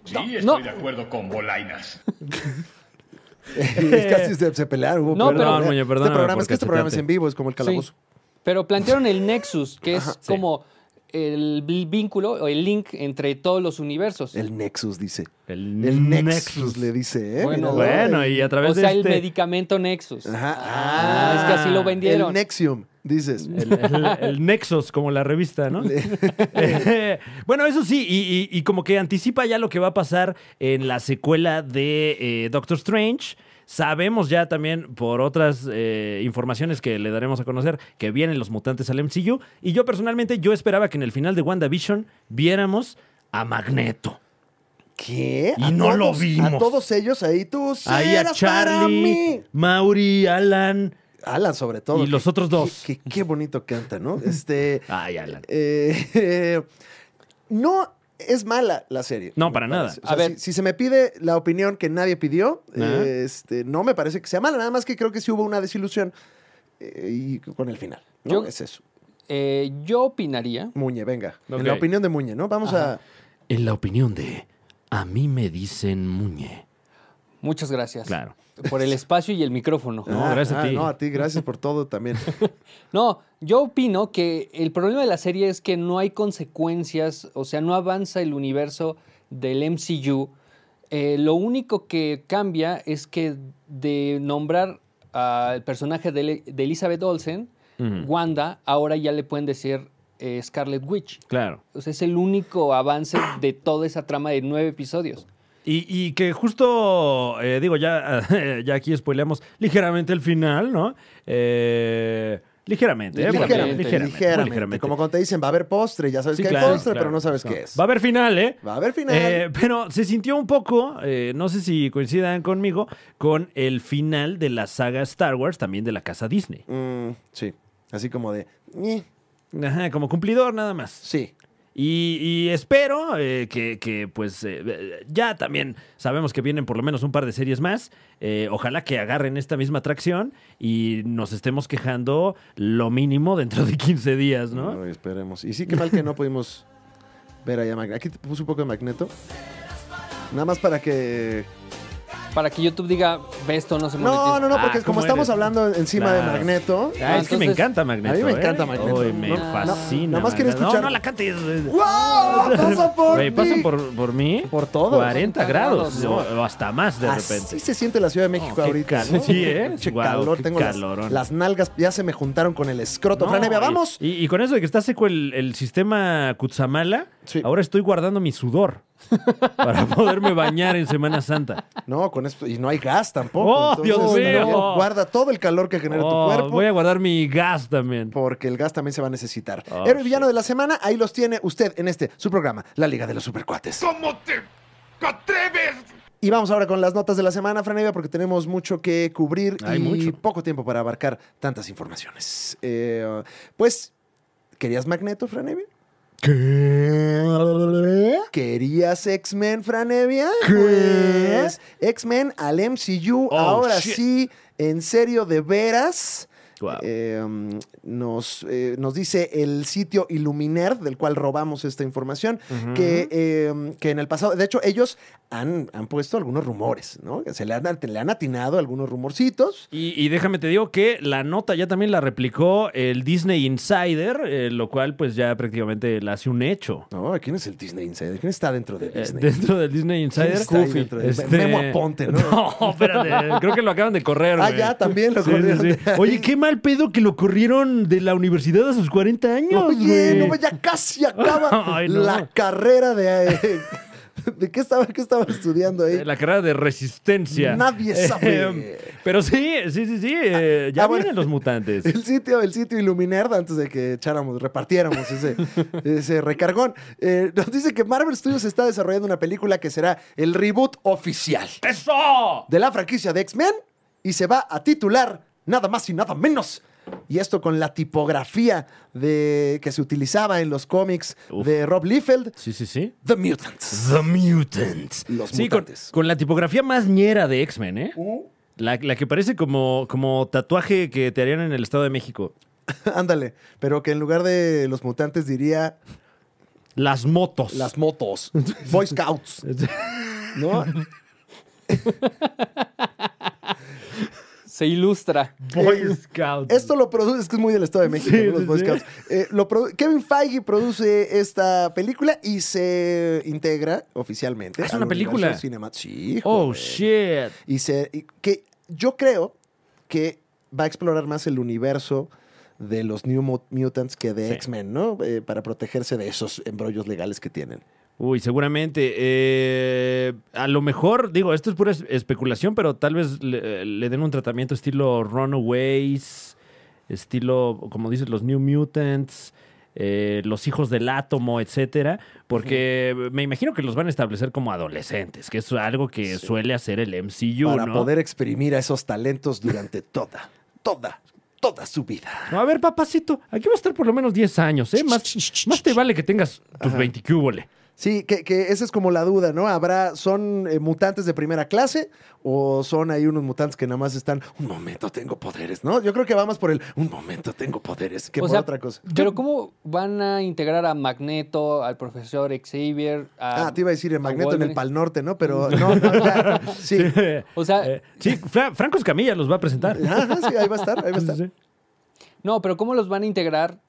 S4: estoy
S3: no.
S4: de acuerdo con Bolainas.
S2: es casi se, se pelearon. hubo
S3: No,
S2: pelea.
S3: perdón,
S1: Muñe, perdóname
S2: Este programa,
S1: por
S2: es que este programa es
S1: cachetearte.
S2: en vivo, es como el calabozo.
S3: Sí, pero plantearon el Nexus, que es
S2: Ajá,
S1: sí.
S3: como el vi- vínculo o el link entre todos los universos.
S2: El Nexus, dice.
S1: El,
S2: El Nexus, le dice, ¿eh?
S3: Bueno,
S2: Míralo.
S1: Bueno, y a través
S3: o sea,
S1: de
S3: el
S1: este...
S3: medicamento Nexus.
S2: Ajá.
S3: Ah, es que así lo vendieron.
S2: El Nexium, dices.
S1: El, el- el Nexos, como la revista, ¿no? Eh, bueno, eso sí, y, y- y como que anticipa ya lo que va a pasar en la secuela de eh, Doctor Strange. Sabemos ya también por otras eh, informaciones que le daremos a conocer que vienen los mutantes al MCU. Y yo personalmente, yo esperaba que en el final de WandaVision viéramos a Magneto.
S2: ¿Qué?
S1: Y
S2: ¿A
S1: no lo
S2: todos-
S1: vimos.
S2: A todos ellos ahí tú
S1: Ahí a
S2: serás para mí.
S1: Charlie, Mauri, Alan
S2: Alan, sobre todo.
S1: y los otros dos.
S2: Qué, qué- qué bonito canta, ¿no? Este.
S1: Ay, Alan.
S2: eh, eh, no es mala la serie.
S1: No,
S2: me
S1: para nada.
S2: parece. O
S3: A
S2: sea,
S3: ver.
S2: Si, si se me pide la opinión que nadie pidió,
S1: Ajá.
S2: eh, este, no me parece que sea mala. Nada más que creo que sí hubo una desilusión eh, y con el final. ¿no?
S3: Yo-
S2: es eso.
S3: Eh, yo opinaría
S2: Muñe, venga.
S1: Ok.
S2: En la opinión de Muñe, ¿no? Vamos
S3: Ajá.
S2: a.
S1: En la opinión de A mí me dicen Muñe.
S3: Muchas gracias
S1: Claro.
S3: por el espacio y el micrófono.
S1: No, gracias a ti.
S2: Ah, No, a ti, gracias por todo también.
S3: No, yo opino que el problema de la serie es que no hay consecuencias, o sea, no avanza el universo del MCU. Eh, lo único que cambia es que de nombrar al personaje de, Le- de Elizabeth Olsen
S1: Ujú.
S3: Wanda, ahora ya le pueden decir eh, Scarlet Witch.
S1: Claro.
S3: O sea, es el único avance de toda esa trama de nueve episodios.
S1: Y, y que justo, eh, digo, ya, ya aquí spoileamos ligeramente el final, ¿no? Eh, ligeramente, ¿eh? Porque-
S2: Ligeramente,
S3: Ligeramente,
S2: ligeramente,
S1: muy ligeramente.
S2: Como cuando te dicen, va a haber postre, ya sabes
S1: Sí,
S2: que
S1: claro,
S2: hay postre,
S1: claro.
S2: pero no sabes qué
S1: No.
S2: es.
S1: Va a haber final, ¿eh?
S2: Va a haber final.
S1: Eh, pero se sintió un poco, eh, no sé si coincidan conmigo, con el final de la saga Star Wars, también de la casa Disney.
S2: Mm, sí, así como de... "Ñe".
S1: Ajá, como cumplidor nada más.
S2: Sí,
S1: Y, y espero eh, que, que, pues, eh, eh, ya también sabemos que vienen por lo menos un par de series más. Eh, ojalá que agarren esta misma atracción y nos estemos quejando lo mínimo dentro de 15 días, ¿no?
S2: Ay, esperemos. Y sí, qué mal que no pudimos ver allá a Magneto. Aquí te puse un poco de Magneto. Nada más para que...
S3: Para que YouTube diga, ve esto, no se monetiza.
S2: No, no, no,
S1: Ah,
S2: porque
S1: ¿cómo
S2: como estamos
S1: eres?
S2: hablando encima de
S1: Claro.
S2: Magneto...
S1: Ah, es que me
S3: entonces-
S1: encanta Magneto.
S2: A mí me
S1: ¿eh?
S2: encanta Magneto.
S1: Ay, me
S2: No, no,
S1: fascina.
S2: nada más quería
S1: Magneto. No,
S2: escuchar-
S1: no la cantes.
S2: ¡Wow! ¡Pasa por
S1: Güey,
S2: mí!
S1: pasan por, por mí.
S2: Por todos.
S1: 40 grados.
S3: No.
S1: O, o hasta más de
S2: Así
S1: repente. Oh,
S2: se siente la Ciudad de México
S1: qué
S2: ahorita.
S1: calor. Sí, ¿eh?
S2: Pinche
S1: Guau,
S2: calor.
S1: qué
S2: Tengo las,
S1: calorón.
S2: las nalgas, ya se me juntaron con el escroto.
S1: No,
S2: Fran Evia,
S1: y-
S2: ¡vamos!
S1: Y, y con eso de que está seco el, el sistema Kutsamala,
S2: Sí.
S1: ahora estoy guardando mi sudor para poderme bañar en Semana Santa.
S2: No, con esto. Y no hay gas tampoco.
S1: ¡Oh,
S2: Entonces,
S1: Dios mío!
S2: también Guarda todo el calor que genera
S1: Oh,
S2: tu cuerpo.
S1: Voy a guardar mi gas también.
S2: Porque el gas también se va a necesitar.
S1: Oh,
S2: Héroe y villano de la semana, ahí los tiene usted en este, su programa, La Liga de los Supercuates.
S4: ¿Cómo te atreves?
S2: Y vamos ahora con las notas de la semana, Franevia, porque tenemos mucho que cubrir
S1: Hay
S2: y
S1: mucho.
S2: poco tiempo para abarcar tantas informaciones. Eh, pues, ¿querías Magneto, Franevia? ¿Qué? ¿Querías X-Men, Franevia? Pues, X-Men al MCU,
S1: Oh,
S2: ahora
S1: shit.
S2: sí, en serio, de veras.
S1: Guau.
S2: Eh, mm, nos, eh, nos dice el sitio Illuminer, del cual robamos esta información, que, eh, que en el pasado, de hecho, ellos han, han puesto algunos rumores, ¿no? Se le han, le han atinado algunos rumorcitos.
S1: Y, y déjame te digo que la nota ya también la replicó el Disney Insider, eh, lo cual pues ya prácticamente la hace un hecho.
S2: No, ¿quién es el Disney Insider? ¿Quién está dentro de
S1: Eh,
S2: Disney?
S1: dentro del Disney Insider. este,
S2: está ahí dentro de- Memo Aponte, ¿no?
S1: No, espérate, creo que lo acaban de correr.
S2: Ah,
S1: güey.
S2: ya, también lo
S1: Sí, sí,
S2: corrieron
S1: sí.
S2: de ahí.
S1: Oye, qué mal pedo que lo corrieron de la universidad a sus 40 años.
S2: Oye,
S1: güey.
S2: no, ya casi acaba
S1: Ay, no.
S2: la carrera de... eh, ¿De qué estaba, qué estaba estudiando ahí?
S1: Eh, La carrera de resistencia.
S2: Nadie sabe.
S1: Eh, pero sí, sí, sí, sí. eh, ya
S2: ah, bueno.
S1: vienen los mutantes.
S2: El sitio, el sitio Illuminerd, antes de que echáramos, repartiéramos ese, ese recargón, eh, nos dice que Marvel Studios está desarrollando una película que será el reboot oficial
S1: ¡Eso!
S2: de la franquicia de X-Men y se va a titular nada más y nada menos. Y esto con la tipografía de, que se utilizaba en los cómics
S1: Uf.
S2: de Rob Liefeld,
S1: Sí, sí, sí.
S2: The Mutants.
S1: The Mutants.
S2: Los
S1: sí, con,
S2: mutantes. Uh.
S1: con la tipografía más ñera de X-Men, ¿eh? La, la que parece como, como tatuaje que te harían en el Estado de México.
S2: Ándale, pero que en lugar de los mutantes diría
S1: Las motos.
S2: las motos, Boy Scouts. ¿No?
S3: Se ilustra.
S1: Boy Scouts.
S2: Esto lo produce, es que es muy del Estado de México,
S1: Sí,
S2: ¿no? los
S1: sí,
S2: Boy
S1: sí.
S2: Scouts. Eh, lo produ- Kevin Feige produce esta película y se integra oficialmente.
S1: Ah, es
S2: al
S1: una película.
S2: universo cinema- Sí,
S1: Oh, shit.
S2: joder. Y se. y que yo creo que va a explorar más el universo de los New Mut- Mutants que de
S1: Sí.
S2: X-Men, ¿no? Eh, para protegerse de esos embrollos legales que tienen.
S1: Uy, seguramente. eh, a lo mejor, digo, esto es pura es- especulación, pero tal vez le, le den un tratamiento estilo Runaways, estilo, como dicen, los New Mutants, eh, los hijos del átomo, etcétera. Porque me imagino que los van a establecer como adolescentes, que es algo que suele hacer el MCU,
S2: para
S1: ¿no?
S2: poder exprimir a esos talentos durante toda, toda, toda su vida.
S1: No, a ver, papacito, aquí va a estar por lo menos 10 años, ¿eh? Más, más te vale que tengas tus 20 cúbole.
S2: Sí, que, que esa es como la duda, ¿no? Habrá, ¿son eh, mutantes de primera clase o son ahí unos mutantes que nada más están, un momento tengo poderes, ¿no? Yo creo que va más por el, un momento tengo poderes, que
S3: O
S2: por
S3: sea,
S2: otra cosa.
S3: Pero ¿cómo van a integrar a Magneto, al profesor Xavier? A,
S2: Ah, te iba a decir el
S3: a
S2: magneto en el
S3: Wolverine?
S2: Pal Norte, ¿no? Pero no, no, ya, sí.
S3: O sea,
S1: Eh, sí, Fra- Franco Escamilla los va a presentar.
S2: Ajá, sí, ahí va a estar, ahí va a estar.
S1: Sí, sí.
S3: no, pero ¿cómo los van a integrar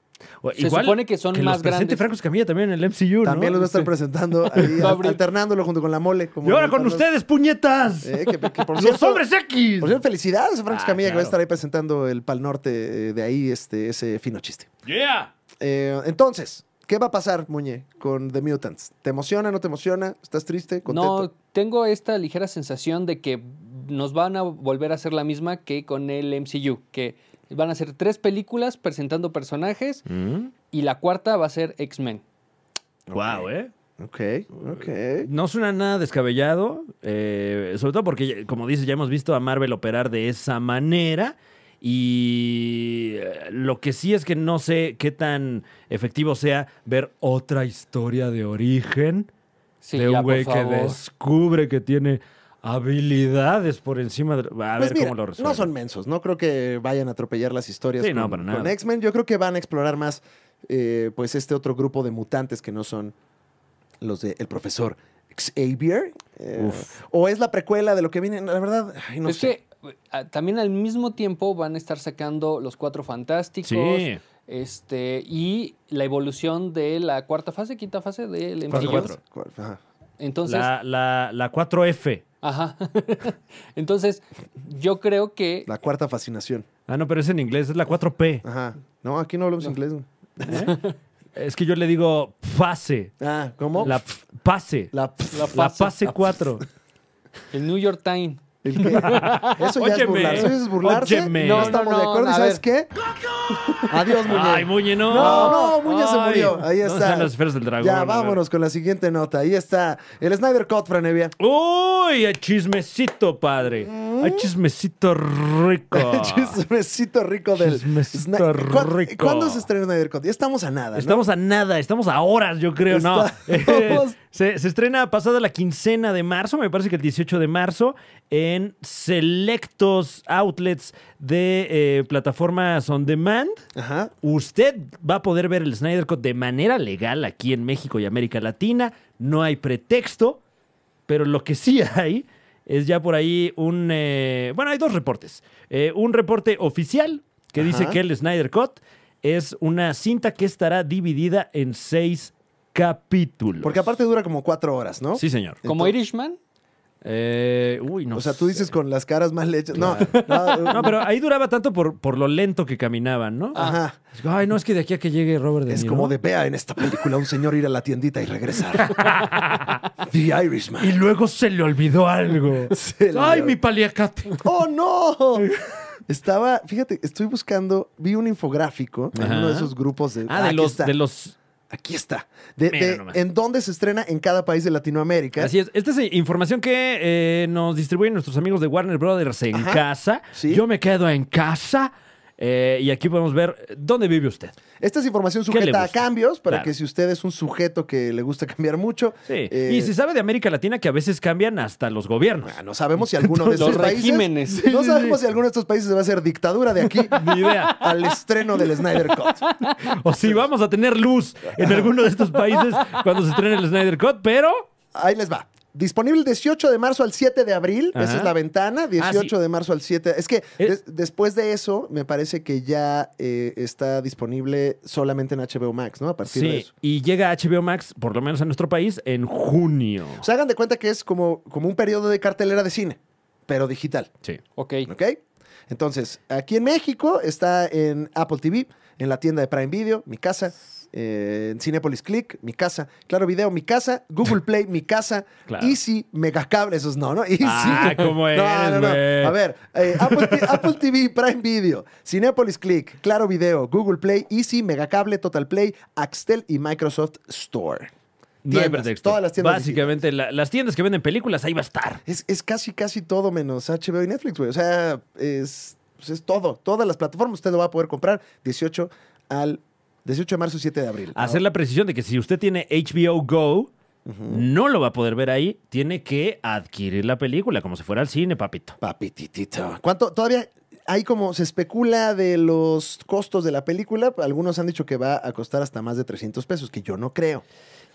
S3: Se supone que son más
S1: los presente
S3: grandes.
S1: Franco Escamilla también en el MCU, ¿no?
S2: También los va a estar
S1: Este-
S2: presentando ahí,
S3: Va a abrir.
S2: alternándolo junto con la mole. como
S1: Y ahora con
S2: Carlos.
S1: ustedes, puñetas.
S2: Eh, que- que por
S1: los
S2: cierto-
S1: hombres X.
S2: Por cierto, felicidades a Frank
S1: Ah,
S2: Escamilla que va
S1: claro.
S2: a estar ahí presentando el Pal Norte eh, de ahí, este, ese fino chiste.
S1: Yeah.
S2: Eh, entonces, ¿qué va a pasar, Muñe, con The Mutants? ¿Te emociona, no te emociona? ¿Estás triste?
S3: No,
S2: ¿Contento?
S3: tengo esta ligera sensación de que nos van a volver a hacer la misma que con el MCU, que van a ser tres películas presentando personajes y la cuarta va a ser X-Men.
S1: Wow, ¿eh?
S2: Ok, ok.
S1: No suena nada descabellado, eh, sobre todo porque, ya- como dices, ya hemos visto a Marvel operar de esa manera. Y eh, lo que sí es que no sé qué tan efectivo sea ver otra historia de origen
S3: Sí,
S1: de
S3: ya,
S1: un
S3: por
S1: güey que
S3: favor.
S1: descubre que tiene habilidades por encima de... A
S2: Pues
S1: ver
S2: mira,
S1: cómo lo resuelven.
S2: no son mensos, no creo que vayan a atropellar las historias
S1: Sí, no,
S2: con,
S1: para nada.
S2: con X-Men. Yo creo que van a explorar más eh, pues este otro grupo de mutantes que no son los de el profesor Xavier. eh,
S1: Uf.
S2: o es la precuela de lo que viene, la verdad, ay, no
S3: es
S2: sé.
S3: que eh, ah, también al mismo tiempo van a estar sacando los cuatro fantásticos
S1: Sí.
S3: este, y la evolución de la cuarta fase, quinta fase del
S1: Fase
S3: MCU.
S1: cuatro.
S2: Ajá.
S3: Entonces,
S1: La, la, la 4F.
S3: ajá. Entonces, yo creo que
S2: La cuarta fascinación.
S1: Ah, no, pero es en inglés, es la 4P.
S2: Ajá. No, aquí no hablamos
S3: No.
S2: inglés. güey.
S1: Es que yo le digo pase.
S2: Ah, ¿cómo?
S1: La f- pase. La,
S2: La pf-
S3: La
S1: pase 4.
S3: el New York Times.
S2: ¿El qué? Eso ya es
S1: Óyeme.
S2: burlarse. Eso es burlarse.
S1: Óyeme.
S2: No,
S1: No,
S2: estamos
S3: no,
S2: de
S3: no,
S2: acuerdo. ¿Y
S3: a
S2: sabes
S3: ver.
S2: qué? Adiós, Muñe.
S1: Ay, Muñe, no.
S2: No, no, Muñe se
S1: Ay,
S2: murió. Ahí
S1: ¿dónde
S2: está.
S1: están las esferas del dragón? A
S2: ya
S1: ver.
S2: vámonos con la siguiente nota. Ahí está el Snyder Cut, Franevia.
S1: Uy, hay chismecito, padre. Hay chismecito rico.
S2: Mm. Chismecito rico
S1: Ah.
S2: del
S1: Chismecito
S2: Snyder Cut.
S1: rico.
S2: ¿Cuándo se estrena Snyder Cut? Ya estamos a nada, ¿no?
S1: Estamos a nada, estamos a horas, yo creo, ¿no?
S2: Estamos-
S1: se, se estrena pasada la quincena de marzo, me parece que el 18 de marzo, en selectos outlets de eh, plataformas on demand.
S2: Ajá.
S1: Usted va a poder ver el Snyder Cut de manera legal aquí en México y América Latina. No hay pretexto, pero lo que sí hay es ya por ahí un... eh, bueno, hay dos reportes. Eh, un reporte oficial que
S2: Ajá.
S1: dice que el Snyder Cut es una cinta que estará dividida en seis capítulos.
S2: Porque aparte dura como cuatro horas, ¿no?
S1: Sí, señor.
S3: Como
S2: Entonces-
S3: Irishman,
S1: Eh, uy, no
S2: o sea, tú
S1: sé.
S2: dices con las caras mal hechas. No, no,
S1: No, pero ahí duraba tanto por, por lo lento que caminaban, ¿no?
S2: Ajá.
S1: Ay, no, es que de aquí a que llegue Robert De
S2: Es
S1: Niro.
S2: como de vea en esta película un señor ir a la tiendita y regresar. The Irishman.
S1: Y luego se le olvidó algo.
S2: Se le
S1: Ay,
S2: olvidó.
S1: mi paliacate.
S2: ¡Oh, no! Estaba, fíjate, estoy buscando, vi un infográfico en
S1: Ajá.
S2: uno de esos grupos de.
S1: Ah, de
S2: aquí
S1: los,
S2: está,
S1: de los.
S2: Aquí está. De,
S1: Mira
S2: de-
S1: nomás.
S2: en dónde se estrena en cada país de Latinoamérica.
S1: Así es. Esta es información que eh, nos distribuyen nuestros amigos de Warner Brothers en
S2: Ajá.
S1: casa.
S2: Sí.
S1: Yo me quedo en casa. eh, y aquí podemos ver dónde vive usted.
S2: Esta es información
S1: ¿Qué le
S2: sujeta a
S1: gusta?
S2: cambios para
S1: Claro.
S2: que si usted es un sujeto que le gusta cambiar mucho.
S1: Sí.
S2: eh,
S1: y se sabe de América Latina que a veces cambian hasta los gobiernos.
S2: ah, no sabemos si alguno de
S3: Los
S2: estos países.
S3: regímenes. Sí,
S2: No
S1: sí,
S2: sabemos
S1: sí.
S2: si alguno de estos países va a ser dictadura de aquí
S1: Ni idea.
S2: al estreno del Snyder Cut.
S1: O si vamos a tener luz en alguno de estos países cuando se estrene el Snyder Cut, pero.
S2: Ahí les va. Disponible el 18 de marzo al 7 de abril. Esa
S1: Ajá.
S2: es la ventana. 18
S1: Ah, sí.
S2: de marzo al 7. Es que
S1: Eh.
S2: des- después de eso, me parece que ya eh, está disponible solamente en HBO Max, ¿no? A partir de
S1: Sí.
S2: eso.
S1: Y llega a HBO Max, por lo menos en nuestro país, en junio.
S2: O sea, hagan de cuenta que es como, como un periodo de cartelera de cine, pero digital.
S1: Sí.
S3: ok.
S2: ¿Ok? Entonces, aquí en México está en Apple TV, en la tienda de Prime Video, mi casa. eh, en Cinepolis Click, mi casa. Claro Video, mi casa. Google Play, mi casa.
S1: Claro.
S2: Easy, Megacable, esos no, ¿no? Easy.
S1: Ah, ¿cómo eres, güey?
S2: A ver, eh, Apple, T- Apple TV, Prime Video, Cinepolis Click, Claro Video, Google Play, Easy, Megacable, Total Play, Axtel y Microsoft Store.
S1: No hay
S2: Tiendas,
S1: pretexto.
S2: todas las tiendas
S1: Básicamente, la- las tiendas que venden películas, ahí va a estar.
S2: Es, es casi, casi todo menos HBO y Netflix, güey. O sea, es, pues es todo. Todas las plataformas usted lo va a poder comprar 18 al 18 de marzo, 7 de abril.
S1: Hacer la precisión de que si usted tiene HBO Go, no lo va a poder ver ahí. Tiene que adquirir la película, como si fuera al cine, papito.
S2: Papititito. ¿Cuánto? Todavía hay como, se especula de los costos de la película. Algunos han dicho que va a costar hasta más de 300 pesos, que yo no creo.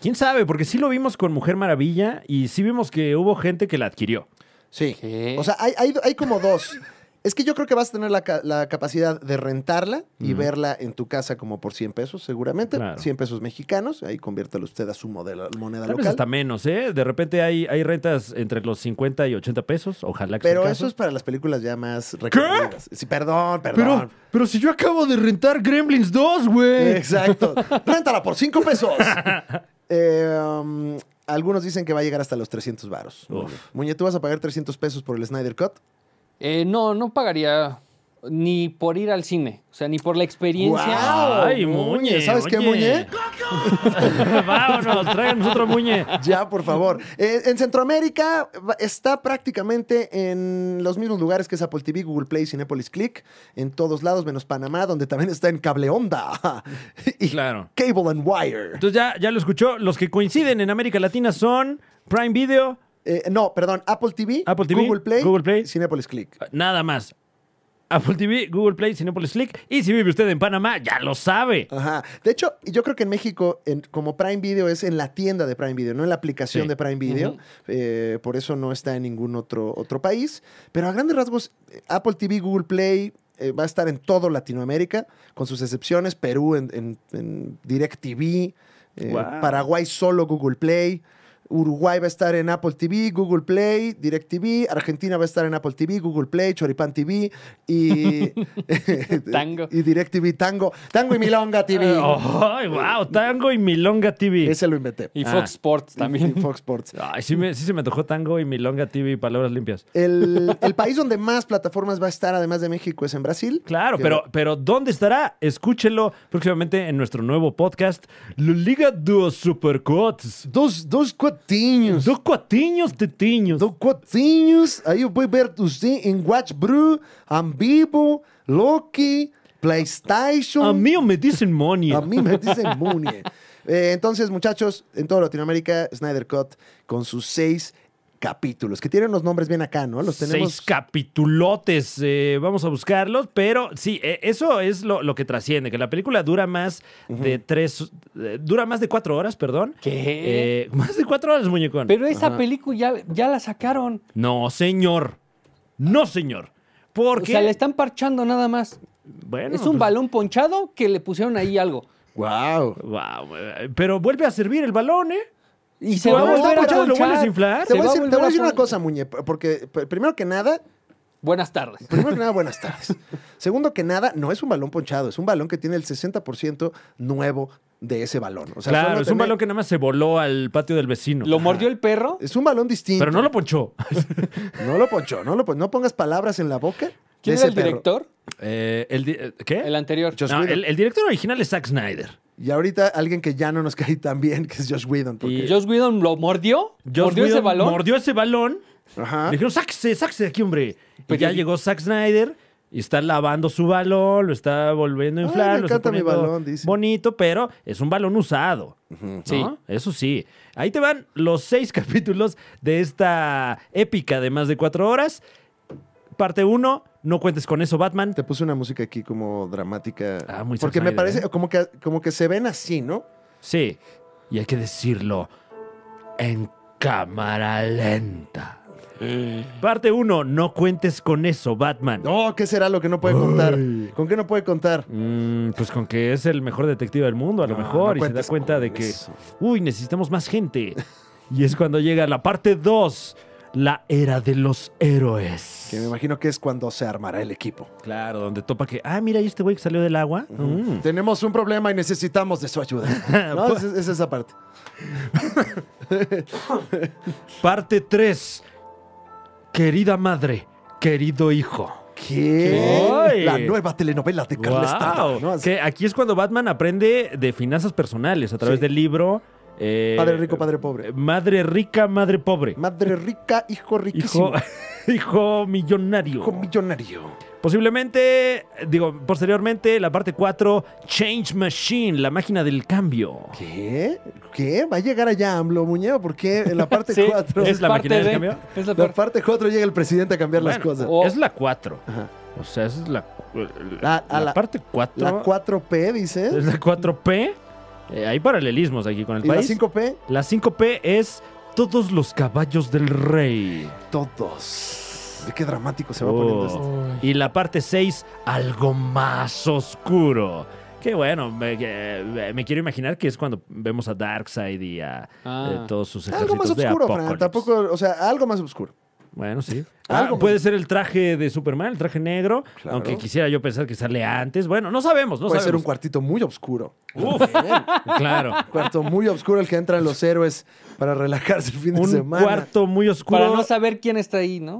S1: ¿Quién sabe? Porque sí lo vimos con Mujer Maravilla y sí vimos que hubo gente que la adquirió.
S2: Sí.
S3: ¿Qué?
S2: O sea, hay, hay- hay como dos. Es que yo creo que vas a tener la, ca- la capacidad de rentarla y verla en tu casa como por 100 pesos, seguramente.
S1: Claro.
S2: 100 pesos mexicanos. Ahí conviértalo usted a su modelo, moneda
S1: Tal vez
S2: local.
S1: hasta menos, ¿eh? De repente hay, hay rentas entre los 50 y 80 pesos. Ojalá que sea
S2: Pero
S1: el
S2: eso
S1: caso.
S2: es para las películas ya más recorridas. Sí, perdón,
S1: Pero,
S2: perdón.
S1: pero si yo acabo de rentar Gremlins 2, güey.
S2: Exacto. Réntala por 5 pesos. Eh, um, algunos dicen que va a llegar hasta los 300 varos.
S1: Uf.
S2: Muñe. Muñe, ¿tú vas a pagar 300 pesos por el Snyder Cut?
S3: Eh, no, no pagaría ni por ir al cine, o sea, ni por la experiencia.
S2: ¡Guau!
S1: Ay, Muñe.
S2: ¿Sabes qué,
S1: oye?
S2: Muñe?
S1: Vámonos, tráiganos otro Muñe.
S2: Ya, por favor. Eh, en Centroamérica va- está prácticamente en los mismos lugares que es Apple TV, Google Play, Cinepolis Click, en todos lados, menos Panamá, donde también está en Cable Onda y
S1: Claro.
S2: Cable and Wire.
S1: Entonces ya, ya lo escuchó. Los que coinciden en América Latina son Prime Video,
S2: Eh, no, perdón, Apple TV,
S1: Apple TV,
S2: Google Play,
S1: Google Play.
S2: Cinepolis Click.
S1: nada más. Apple TV, Google Play, Cinepolis Click. Y si vive usted en Panamá, ya lo sabe.
S2: Ajá. De hecho, yo creo que en México, en- como Prime Video es en la tienda de Prime Video, no en la aplicación
S1: Sí.
S2: de Prime Video.
S3: Ujú.
S2: Eh, por eso no está en ningún otro, otro país. Pero a grandes rasgos, eh, Apple TV, Google Play eh, va a estar en todo Latinoamérica, con sus excepciones, Perú en, en, en DirecTV, eh,
S1: Guau.
S2: Paraguay solo Google Play. Uruguay va a estar en Apple TV, Google Play, DirecTV. Argentina va a estar en Apple TV, Google Play, Choripán TV y.
S3: Tango.
S2: Y DirecTV Tango. Tango y Milonga TV.
S1: ¡Ay, wow! Tango Oh, y Milonga TV.
S2: Ese lo inventé.
S3: Y
S1: Ah.
S3: Fox Sports también.
S2: Y Fox Sports.
S1: Ay, sí, me- sí se me antojó Tango y Milonga TV, palabras limpias.
S2: El, el país donde más plataformas va a estar, además de México, es en Brasil.
S1: Claro,
S2: Que-
S1: pero, pero ¿dónde estará? Escúchelo próximamente en nuestro nuevo podcast, La Liga dos Supercots.
S2: Dos, dos cuatinhos.
S1: Dos cuatiños de tiños.
S2: Dos cuatinhos. Aí eu vou ver você em Watch Brew, Ambibo, Loki, PlayStation.
S1: A mí me dicen money.
S2: A mí me dicen Munie. Eh, entonces, muchachos, en toda Latinoamérica, Snyder Cut con sus seis capítulos, que tienen los nombres bien acá, ¿no? Los tenemos.
S1: Seis capitulotes, eh, vamos a buscarlos, pero sí, eh, eso es lo, lo que trasciende, que la película dura más de tres, eh, dura más de cuatro horas, perdón.
S3: ¿Qué?
S1: Eh, más de cuatro horas, muñecón.
S3: Pero esa película ya, ya la sacaron.
S1: No, señor. No, señor.
S3: o
S1: Porque...
S3: sea, le están parchando nada más.
S1: Bueno,
S3: es un
S1: pues,
S3: balón ponchado que le pusieron ahí algo.
S2: ¡Wow!
S1: guau, eh, pero vuelve a servir el balón, ¿eh?
S3: Y
S1: Pero
S3: a
S1: está
S3: volver a
S1: ponchado, lo
S3: ponchar.
S1: vuelves a inflar.
S2: Te
S3: Se
S2: voy a
S3: va
S2: decir, te
S3: volver
S2: voy a decir una
S3: pon-
S2: cosa, Muñe, porque p- primero que nada,
S3: Buenas tardes.
S2: primero que nada, buenas tardes. Segundo que nada, no es un balón ponchado, es un balón que tiene el 60% nuevo de ese balón. O sea,
S1: claro,
S2: solo
S1: es un
S2: tiene-
S1: balón que nada más se voló al patio del vecino.
S3: ¿Lo mordió el perro?
S2: Es un balón distinto.
S1: Pero no lo ponchó.
S2: No lo ponchó, no lo pon- no pongas palabras en la boca. de
S3: ¿Quién
S2: ese
S3: era el
S2: perro.
S3: director?
S1: Eh, el di- eh, ¿Qué?
S3: El anterior.
S2: Josh
S1: No,
S2: Whedon.
S1: el, el director original es Zack Snyder.
S2: Y ahorita alguien que ya no nos cae tan bien, que es Josh Whedon. porque-
S1: Y-
S3: ¿Josh Whedon lo mordió?
S1: Joss
S3: ¿Mordió ese
S1: Whedon
S3: balón?
S1: Mordió ese balón.
S2: Ajá. Pues
S1: Le dijeron, sáquese, sáquese de aquí, hombre.
S3: Pero
S1: y ya
S3: y-
S1: llegó Zack Snyder y está lavando su balón, lo está volviendo a
S2: Ay,
S1: inflar.
S2: me
S1: lo está
S2: encanta mi
S1: poniendo
S2: balón, dice.
S1: Bonito, pero es un balón usado. ¿no?
S3: Sí.
S1: Eso sí. Ahí te van los seis capítulos de esta épica de más de cuatro horas. Parte uno, no cuentes con eso, Batman.
S2: Te puse una música aquí como dramática.
S1: Ah, muy
S2: Porque
S1: Zack
S2: me
S1: Snyder,
S2: parece
S1: ¿eh?
S2: como, que, como que se ven así, ¿no?
S1: Sí. Y hay que decirlo en cámara lenta. Parte uno, no cuentes con eso, Batman.
S2: No, ¿qué será lo que no puede contar? ¿Con qué no puede contar?
S1: Mm, pues con que es el mejor detective del mundo, a lo
S2: Ah, No,
S1: mejor,
S2: no
S1: y se da
S2: cuentes
S1: cuenta
S2: con
S1: de que,
S2: eso.
S1: uy, necesitamos más gente. Y es cuando llega la parte 2, la era de los héroes.
S2: Que me imagino que es cuando se armará el equipo.
S1: Claro, donde topa que, ah, mira, ¿y este güey que salió del agua? Mm.
S2: Tenemos un problema y necesitamos de su ayuda. No, es, es esa parte.
S1: Parte 3, querida madre, querido hijo. ¿Qué?
S2: La nueva telenovela de Carla Estrada.
S1: Wow.
S2: ¿no? Así-
S1: Que aquí es cuando Batman aprende de finanzas personales a través
S2: Sí.
S1: del libro. eh,
S2: Padre rico, padre pobre.
S1: Madre rica, madre pobre.
S2: Madre rica, hijo riquísimo.
S1: Hijo, hijo millonario.
S2: hijo millonario.
S1: Posiblemente, digo, posteriormente, la parte 4, Change Machine, la máquina del cambio.
S2: ¿Qué? ¿Qué? ¿Va a llegar allá AMLO, Muñeo? ¿Por qué en la parte
S3: Sí,
S2: 4?
S1: Es la
S3: parte
S1: maquinaria del
S3: de-
S1: cambio.
S3: Es la
S2: La
S3: parte.
S2: parte 4 llega el presidente a cambiar las
S1: Bueno,
S2: cosas.
S3: o-
S1: Es la 4.
S2: Ajá.
S1: O sea, esa es la,
S2: Oh. La-
S1: la,
S2: a la-
S1: parte 4.
S2: La 4P,
S1: es
S2: dice.
S1: la 4P. Eh, hay paralelismos aquí con el
S2: Y la
S1: país.
S2: 5P,
S1: La 5P es todos los caballos del rey.
S2: todos.
S1: más.
S2: Qué dramático se va poniendo esto.
S1: Oh. Y la parte 6, algo más oscuro. Que bueno, me, que- me quiero imaginar que es cuando vemos a Darkseid y a
S3: Ah.
S1: eh, todos sus ejércitos
S2: Algo más
S1: de
S2: oscuro, Fran.
S1: Apokolips.
S2: Tampoco, o sea, algo más oscuro.
S1: Bueno, sí.
S2: Algo
S1: Ah, puede ser el traje de Superman, el traje negro,
S2: Claro.
S1: aunque quisiera yo pensar que sale antes. Bueno, no sabemos, no
S2: Puede ser un
S1: sabemos. Uh.
S2: cuartito muy oscuro.
S1: claro.
S2: Cuarto muy oscuro el que entran los héroes para relajarse el fin de
S1: Un
S2: semana.
S1: cuarto muy oscuro.
S3: Para no saber quién está ahí, ¿no?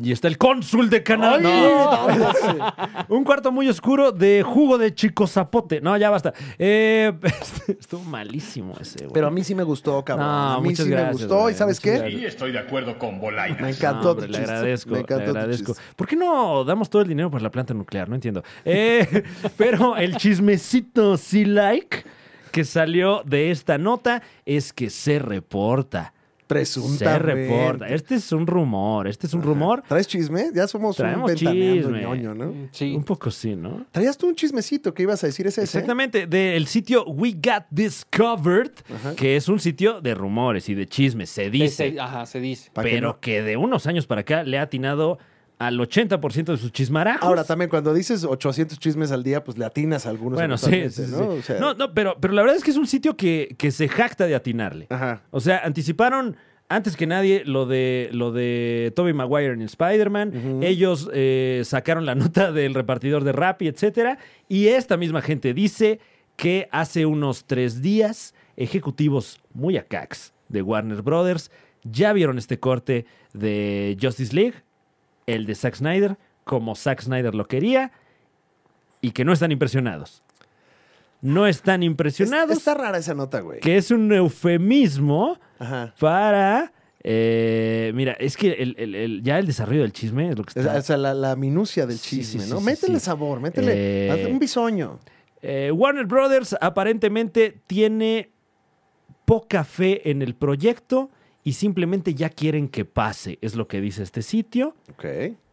S1: Y está el cónsul de Canadá.
S2: ¡Ay,
S1: No.
S2: no, sí.
S1: Un cuarto muy oscuro de jugo de chico zapote. No, ya basta. Eh, estuvo malísimo ese, güey.
S2: Pero a mí sí me gustó, cabrón.
S1: No,
S2: a mí
S1: muchas
S2: sí me
S1: gracias,
S2: gustó.
S1: güey,
S2: ¿Y sabes
S1: muchas
S2: qué?
S1: gracias.
S4: Y estoy de acuerdo con Bolaina.
S2: Me
S1: No,
S2: encantó tu
S1: hombre, le
S2: chiste.
S1: agradezco,
S2: Me encantó
S1: le
S2: tu
S1: agradezco.
S2: chiste.
S1: ¿Por qué no damos todo el dinero para la planta nuclear? No entiendo. Eh, pero el chismecito sí like que salió de esta nota es que se reporta. Se
S2: Presuntamente.
S1: reporta. Este es un rumor, este es un rumor.
S2: ¿Traes chisme? Ya somos
S1: Traemos
S2: un ventaneando
S1: chisme.
S2: ñoño, ¿no?
S3: Mm, Sí.
S1: Un poco sí, ¿no?
S2: Traías tú un chismecito que ibas a decir ese. ese?
S1: Exactamente, del sitio We Got Discovered, que es un sitio de rumores y de chismes, se dice.
S3: Se- ajá, se dice.
S2: Pa' que
S1: pero
S2: Ah, no.
S1: que, de unos años para acá le ha atinado al 80% de sus chismarajos.
S2: Ahora también, cuando dices 800 chismes al día, pues le atinas a algunos.
S1: Bueno, sí,
S2: eventualmente,
S1: sí, sí.
S2: ¿no? O sea,
S1: no, no, pero, pero la verdad es que es un sitio que, que se jacta de atinarle.
S2: Ajá.
S1: O sea, anticiparon antes que nadie lo de lo de Toby Maguire en Spider-Man. Ellos eh, sacaron la nota del repartidor de Rappi, etcétera. Y esta misma gente dice que hace unos tres días, ejecutivos muy acax de Warner Brothers ya vieron este corte de Justice League, el de Zack Snyder, como Zack Snyder lo quería, y que no están impresionados. No están
S2: Es-
S1: impresionados
S2: está rara esa nota, güey.
S1: que es un eufemismo
S2: Ajá.
S1: para... eh, mira, es que el- el- el- ya el desarrollo del chisme es lo que
S2: Es-
S1: está...
S2: O sea, la, la minucia del
S1: Sí,
S2: chisme,
S1: sí,
S2: ¿no?
S1: sí,
S2: métele
S1: sí.
S2: sabor, métele
S1: Eh,
S2: hazle un bisoño.
S1: Eh, Warner Brothers aparentemente tiene poca fe en el proyecto y simplemente ya quieren que pase, es lo que dice este sitio.
S2: Ok.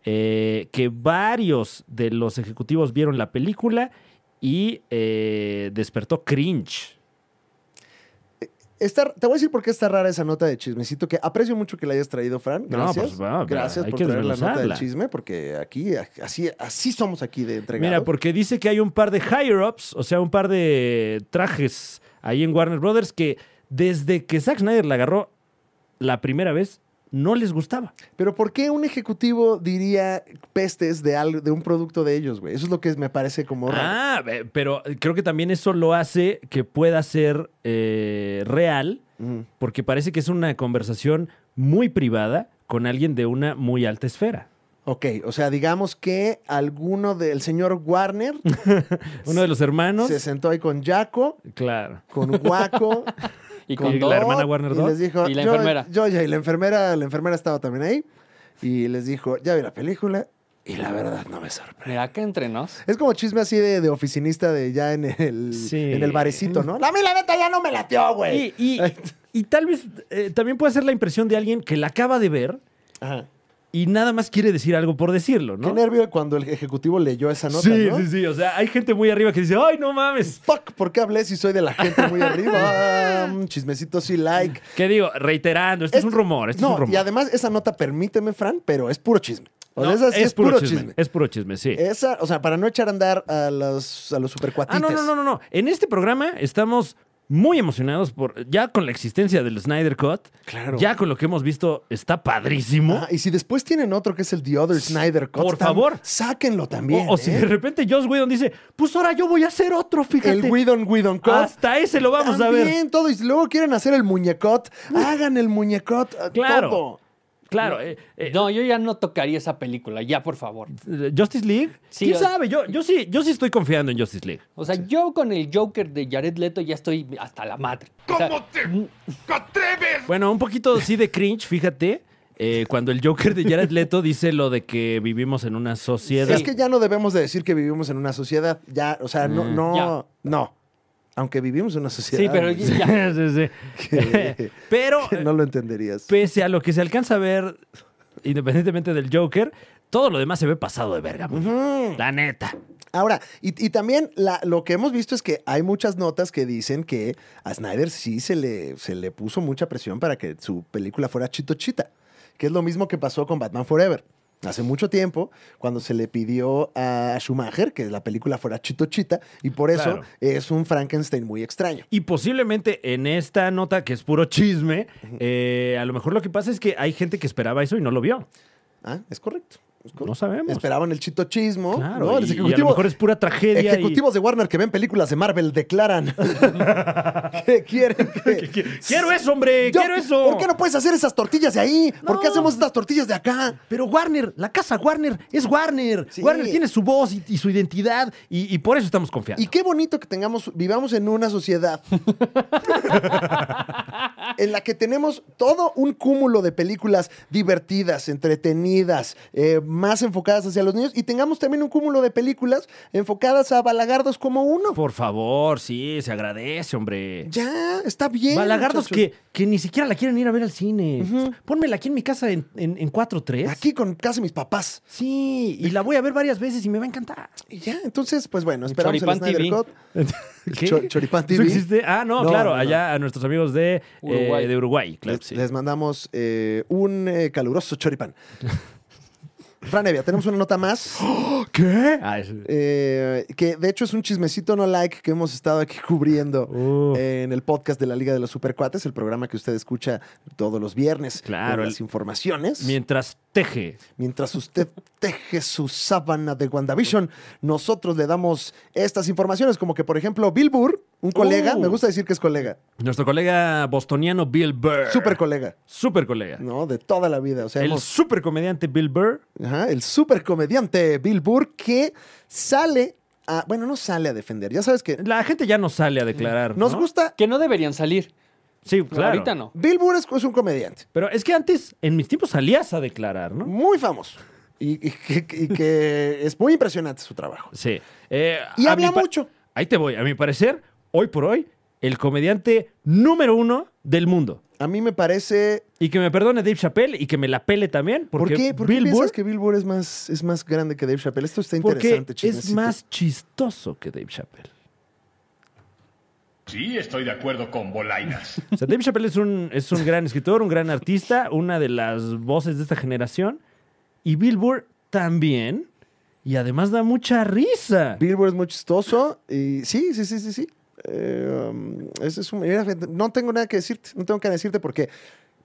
S1: eh, que varios de los ejecutivos vieron la película y eh, despertó cringe.
S2: Está- te voy a decir por qué está rara esa nota de chismecito, que aprecio mucho que la hayas traído, Fran.
S1: No,
S2: Gracias.
S1: pues, va, va,
S2: Gracias
S1: hay
S2: por
S1: que
S2: traer la nota del
S1: desmenuzarla.
S2: chisme, porque aquí, así, así somos aquí de entregados.
S1: Mira, porque dice que hay un par de higher-ups, o sea, un par de trajes ahí en Warner Brothers que desde que Zack Snyder la agarró la primera vez, no les gustaba.
S2: Pero ¿por qué un ejecutivo diría pestes de, algo, de un producto de ellos, güey? Eso es lo que me parece como raro.
S1: Ah, eh, pero creo que también eso lo hace que pueda ser eh, real,
S2: Mm.
S1: porque parece que es una conversación muy privada con alguien de una muy alta esfera.
S2: Ok, o sea, digamos que alguno del señor Warner
S1: Uno de los hermanos.
S2: se sentó ahí con Jaco,
S1: Claro.
S2: con Guaco,
S3: Y
S1: con
S3: con
S1: la
S3: dos.
S1: hermana Warner
S2: y
S1: Dot.
S2: les dijo,
S3: Y la
S2: "Yo-
S3: enfermera".
S2: Yo, ya, y la enfermera, la enfermera estaba también ahí. Y les dijo, ya vi la película y la verdad no me sorprende.
S3: Mira, que entre nos.
S2: Es como chisme así de, de oficinista de ya en el,
S1: Sí.
S2: en el barecito, ¿no? A mí la neta ya no me latió, güey.
S1: Y, y- y tal vez eh, también puede ser la impresión de alguien que la acaba de ver
S2: Ajá.
S1: y nada más quiere decir algo por decirlo, ¿no?
S2: Qué nervio cuando el ejecutivo leyó esa nota,
S1: sí,
S2: ¿no?
S1: sí, sí. O sea, hay gente muy arriba que dice, ¡ay, no mames!
S2: Fuck, ¿por qué hablé si soy de la gente muy arriba? Mm, Chismecito sí, like.
S1: ¿Qué digo? Reiterando, esto es un
S2: Este-
S1: rumor, esto
S2: no,
S1: es un rumor.
S2: y además esa nota, permíteme, Fran, pero es puro chisme. O
S1: No,
S2: sea, esa sí es, puro chisme.
S1: Es puro chisme, sí.
S2: Esa, o sea, para no echar a andar a los, a los supercuatites.
S1: ah, no, no, no, no, no. En este programa estamos muy emocionados por ya con la existencia del Snyder Cut.
S2: Claro. Ah,
S1: Ya con lo que hemos visto, está padrísimo.
S2: Ajá, y si después tienen otro que es el The Other Snyder Cut,
S1: Por
S2: tam-
S1: favor.
S2: sáquenlo también.
S1: o, o si
S2: ¿eh?
S1: de repente Joss Whedon dice, pues ahora yo voy a hacer otro, fíjate.
S2: El Whedon Whedon Cut.
S1: Hasta ese lo Ah, vamos a ver.
S2: También, todo. Y si luego quieren hacer el muñecot, hagan el muñecot. eh,
S1: Claro.
S2: todo.
S1: Claro. eh, eh,
S3: No, yo ya no tocaría esa película, ya, por favor.
S1: Justice League.
S3: Sí,
S1: ¿Quién
S3: o-
S1: sabe? Yo, yo sí, yo sí estoy confiando en Justice League.
S3: O sea, yo con el Joker de Jared Leto ya estoy hasta la madre. O sea, mm.
S4: ¿Cómo te atreves?
S1: Bueno, un poquito sí de cringe, fíjate. eh, cuando el Joker de Jared Leto dice lo de que vivimos en una sociedad.
S2: Es que ya no debemos de decir que vivimos en una sociedad. Ya, o sea,
S1: Mm,
S2: no, no,
S3: Ya.
S2: no. Aunque vivimos en una sociedad.
S3: Sí, pero
S2: güey,
S3: ya.
S1: Sí, sí.
S2: Que-
S1: Pero eh,
S2: que no lo entenderías.
S1: pese a lo que se alcanza a ver, independientemente del Joker, todo lo demás se ve pasado de verga. muñe.
S2: Ujú.
S1: La neta.
S2: Ahora, y, y también la- lo que hemos visto es que hay muchas notas que dicen que a Snyder sí se le, se le puso mucha presión para que su película fuera chito chita, que es lo mismo que pasó con Batman Forever. hace mucho tiempo, cuando se le pidió a Schumacher que la película fuera chitochita, y por eso
S1: Claro.
S2: es un Frankenstein muy extraño.
S1: Y posiblemente en esta nota, que es puro chisme, eh, a lo mejor lo que pasa es que hay gente que esperaba eso y no lo vio.
S2: Ah, es correcto. es correcto.
S1: No sabemos.
S2: Esperaban el chitochismo.
S1: Claro,
S2: Oh, ¿no? El
S1: y, y a lo
S2: ejecutivo-
S1: mejor es pura tragedia. y-
S2: Ejecutivos de Warner que ven películas de Marvel declaran que quieren que...
S1: Quiero eso, hombre,
S2: Yo-
S1: Eh, quiero eso.
S2: ¿Por qué no puedes hacer esas tortillas de ahí? ¿Por qué
S1: No.
S2: hacemos estas tortillas de acá?
S1: Pero Warner, la casa Warner es Warner.
S2: Sí.
S1: Warner tiene su voz y, y su identidad y, y por eso estamos confiando.
S2: Y qué bonito que tengamos, vivamos en una sociedad en la que tenemos todo un cúmulo de películas divertidas, entretenidas, eh, más enfocadas hacia los niños, y tengamos también un cúmulo de películas enfocadas a balagardos como uno.
S1: Por favor, sí, se agradece, hombre.
S2: Ya, está bien.
S1: Balagardos
S2: muchachos.
S1: que, que ni siquiera la quieren ir a ver al cine. Pónmela aquí en mi casa en, en, en 4-3.
S2: Aquí con casi mis papás.
S1: Sí, y la voy a ver varias veces y me va a encantar.
S2: Y ya, entonces, pues bueno, esperamos
S3: Choripán
S2: el Snyder
S3: TV.
S2: Cut.
S1: ¿Qué?
S2: Cho- Choripán
S1: ¿Eso
S2: TV.
S1: existe? Ah, no,
S2: No,
S1: claro,
S2: no, no.
S1: allá a nuestros amigos de eh, de Uruguay,
S3: Uruguay.
S1: claro,
S2: les,
S1: sí.
S2: les mandamos eh, un eh, caluroso choripán. Fran Evia, tenemos una nota más.
S1: ¿Qué? Ah, es-
S2: eh, que de hecho es un chismecito no like que hemos estado aquí cubriendo
S1: Uf.
S2: en el podcast de la Liga de los Supercuates, el programa que usted escucha todos los viernes.
S1: Claro,
S2: con
S1: el-
S2: las informaciones.
S1: Mientras teje.
S2: Mientras usted teje su sábana de WandaVision, nosotros le damos estas informaciones, como que, por ejemplo, Bill Burr, un colega,
S1: Uh.
S2: me gusta decir que es colega,
S1: Nuestro colega bostoniano Bill Burr.
S2: super colega,
S1: Super colega.
S2: ¿no? De toda la vida. O sea,
S1: El
S2: hemos-
S1: super comediante Bill Burr.
S2: Ajá, el super comediante Bill Burr que sale a. Bueno, no sale a defender. Ya sabes que
S1: La gente ya no sale a declarar.
S2: nos
S1: ¿no?
S2: gusta.
S3: Que no deberían salir.
S1: Sí, claro.
S3: Ahorita no.
S2: Bill Burr es, es un comediante
S1: Pero es que antes, en mis tiempos, salías a declarar, ¿no?
S2: muy famoso y, y que, y que es muy impresionante su trabajo.
S1: Sí. Eh,
S2: Y
S1: a
S2: habla
S1: mi pa-
S2: mucho.
S1: Ahí te voy. A mi parecer, hoy por hoy, el comediante número uno del mundo.
S2: A mí me parece.
S1: Y que me perdone Dave Chappelle y que me la pele también.
S2: ¿Por
S1: Porque
S2: qué, por qué
S1: Bill
S2: piensas
S1: Burr
S2: que Bill Burr es más, es más grande que Dave Chappelle? Esto está
S1: porque
S2: interesante,
S1: es
S2: chismecito.
S1: más chistoso que Dave Chappelle.
S4: Sí, estoy de acuerdo con Bolainas.
S1: O sea, Dave Chappelle es un, es un gran escritor, un gran artista, una de las voces de esta generación. Y Bill Burr también. Y además da mucha risa.
S2: Bill Burr es muy chistoso y sí, sí, sí, sí, sí. Eh, um, ese es un- mira, no tengo nada que decirte, no tengo que decirte por qué.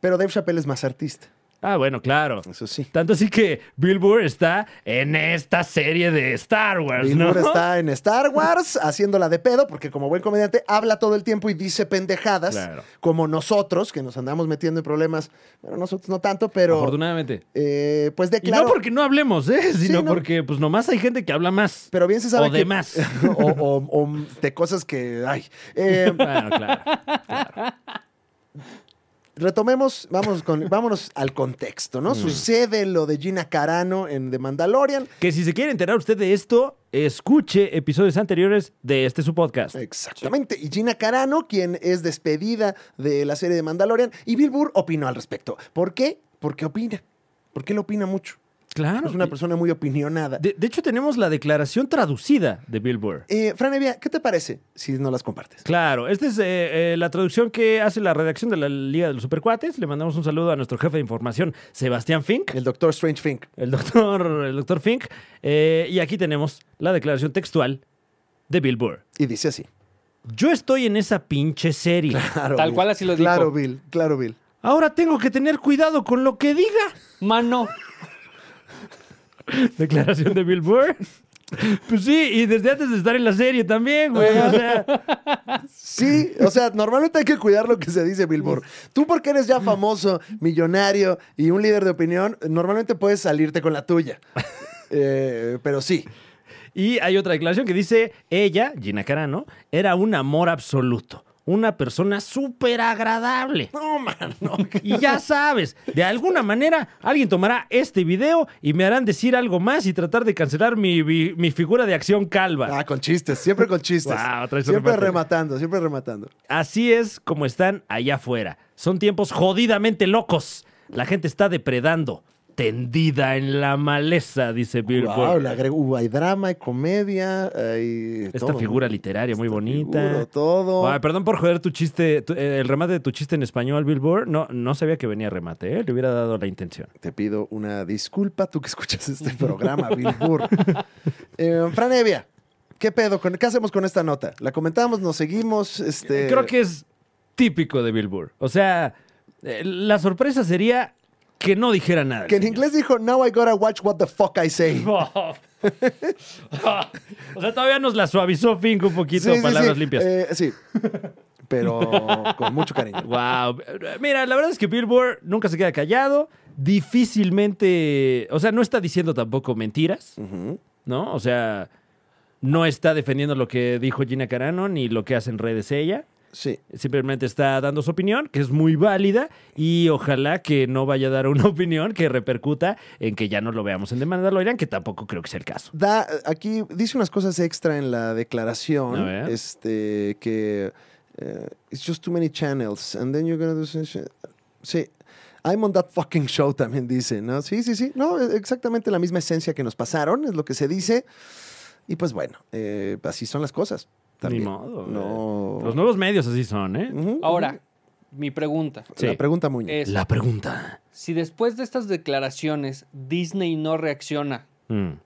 S2: Pero Dave Chappelle es más artista,
S1: Ah, bueno, claro.
S2: eso sí.
S1: Tanto así que Bill Burr está en esta serie de Star Wars,
S2: Bill
S1: ¿no?
S2: Burr está en Star Wars haciéndola de pedo, porque como buen comediante habla todo el tiempo y dice pendejadas,
S1: Claro.
S2: como nosotros, que nos andamos metiendo en problemas, bueno, nosotros no tanto, pero
S1: Afortunadamente.
S2: eh, pues
S1: Y
S2: declaro.
S1: no porque no hablemos, ¿eh? Sino
S2: no.
S1: porque, pues, nomás hay gente que habla más.
S2: Pero bien se sabe
S1: o
S2: que-
S1: de más.
S2: o, o- o de cosas que ay. Eh,
S1: Bueno, claro.
S2: retomemos, vamos con, vámonos al contexto,
S1: Mm.
S2: ¿no? Sucede lo de Gina Carano en The Mandalorian.
S1: Que si se quiere enterar usted de esto, escuche episodios anteriores de este su podcast.
S2: Eh, Exactamente. Y Gina Carano, quien es despedida de la serie de Mandalorian, y Bill Burr opinó al respecto. ¿Por qué? Porque opina. Porque él opina mucho.
S1: Claro.
S2: Es una persona muy opinionada.
S1: de, de hecho, tenemos la declaración traducida de Bill Burr.
S2: Eh, Fran Evia, ¿qué te parece si no las compartes?
S1: Claro, esta es eh, eh, la traducción que hace la redacción de la Liga de los Supercuates. Le mandamos un saludo a nuestro jefe de información, Sebastián Fink,
S2: El doctor Strange Fink.
S1: el doctor, el doctor Fink. Eh, y aquí tenemos la declaración textual de Bill Burr.
S2: Y dice así.
S1: Yo estoy en esa pinche serie.
S2: Claro,
S3: Tal cual así lo dijo.
S2: Claro, Bill. Claro, Bill.
S1: Ahora tengo que tener cuidado con lo que diga.
S3: Mano,
S1: Declaración de Bill Burr. Pues sí, y desde antes de estar en la serie también, güey. O sea,
S2: Sí, o sea, normalmente hay que cuidar lo que se dice, Bill Burr. Tú porque eres ya famoso, millonario y un líder de opinión, normalmente puedes salirte con la tuya. Eh, pero sí,
S1: y hay otra declaración que dice, ella, Gina Carano, era un amor absoluto, una persona súper agradable.
S2: No, man, no.
S1: Y ya sabes, de alguna manera alguien tomará este video y me harán decir algo más y tratar de cancelar mi, vi- mi figura de acción calva.
S2: Ah, con chistes, siempre con chistes.
S1: Wow, traes un
S2: siempre
S1: remate.
S2: rematando, siempre rematando.
S1: Así es como están allá afuera. Son tiempos jodidamente locos. La gente está depredando. tendida en la maleza, dice Billboard.
S2: Wow, le agrego, uh, hay drama, hay comedia, hay
S1: Esta
S2: todo,
S1: figura
S2: ¿no?
S1: literaria muy
S2: Esta
S1: bonita.
S2: figura, todo.
S1: Ay, perdón por joder tu chiste, tu- eh, el remate de tu chiste en español, Billboard. No, no sabía que venía remate, ¿eh? le hubiera dado la intención.
S2: Te pido una disculpa, tú que escuchas este programa, Bill Burr. Eh, Fran Evia, ¿qué pedo? con- ¿Qué hacemos con esta nota? ¿La comentamos? ¿Nos seguimos? Este,
S1: Creo que es típico de Billboard. O sea, eh, la sorpresa sería que no dijera nada. el
S2: Que en
S1: señor.
S2: inglés dijo, now I gotta watch what the fuck I say.
S1: o sea, todavía nos la suavizó Fink un poquito,
S2: Sí, sí,
S1: palabras
S2: sí.
S1: limpias.
S2: Eh, sí, pero con mucho cariño.
S1: Wow. Mira, la verdad es que Billboard nunca se queda callado. Difícilmente. O sea, no está diciendo tampoco mentiras,
S2: Ujú.
S1: ¿no? O sea, no está defendiendo lo que dijo Gina Carano ni lo que hace en redes ella.
S2: Sí.
S1: Simplemente está dando su opinión, que es muy válida, y ojalá que no vaya a dar una opinión que repercuta en que ya no lo veamos en The Mandalorian, que tampoco creo que sea el caso.
S2: Da, aquí dice unas cosas extra en la
S1: A
S2: declaración.
S1: ver.
S2: Este, que eh, it's just too many channels. And then you're gonna do some shit. Sí. I'm on that fucking show también dice, ¿no? Sí, sí, sí. No, e- exactamente la misma esencia que nos pasaron, es lo que se dice. Y pues bueno, eh, así son las cosas. También.
S1: Ni modo.
S2: No.
S1: Los nuevos medios así son, ¿eh?
S2: Ujú, ujú.
S3: Ahora, mi pregunta
S1: Sí.
S2: La pregunta, Muñoz.
S3: es,
S1: La pregunta.
S3: si después de estas declaraciones Disney no reacciona,
S1: Mm.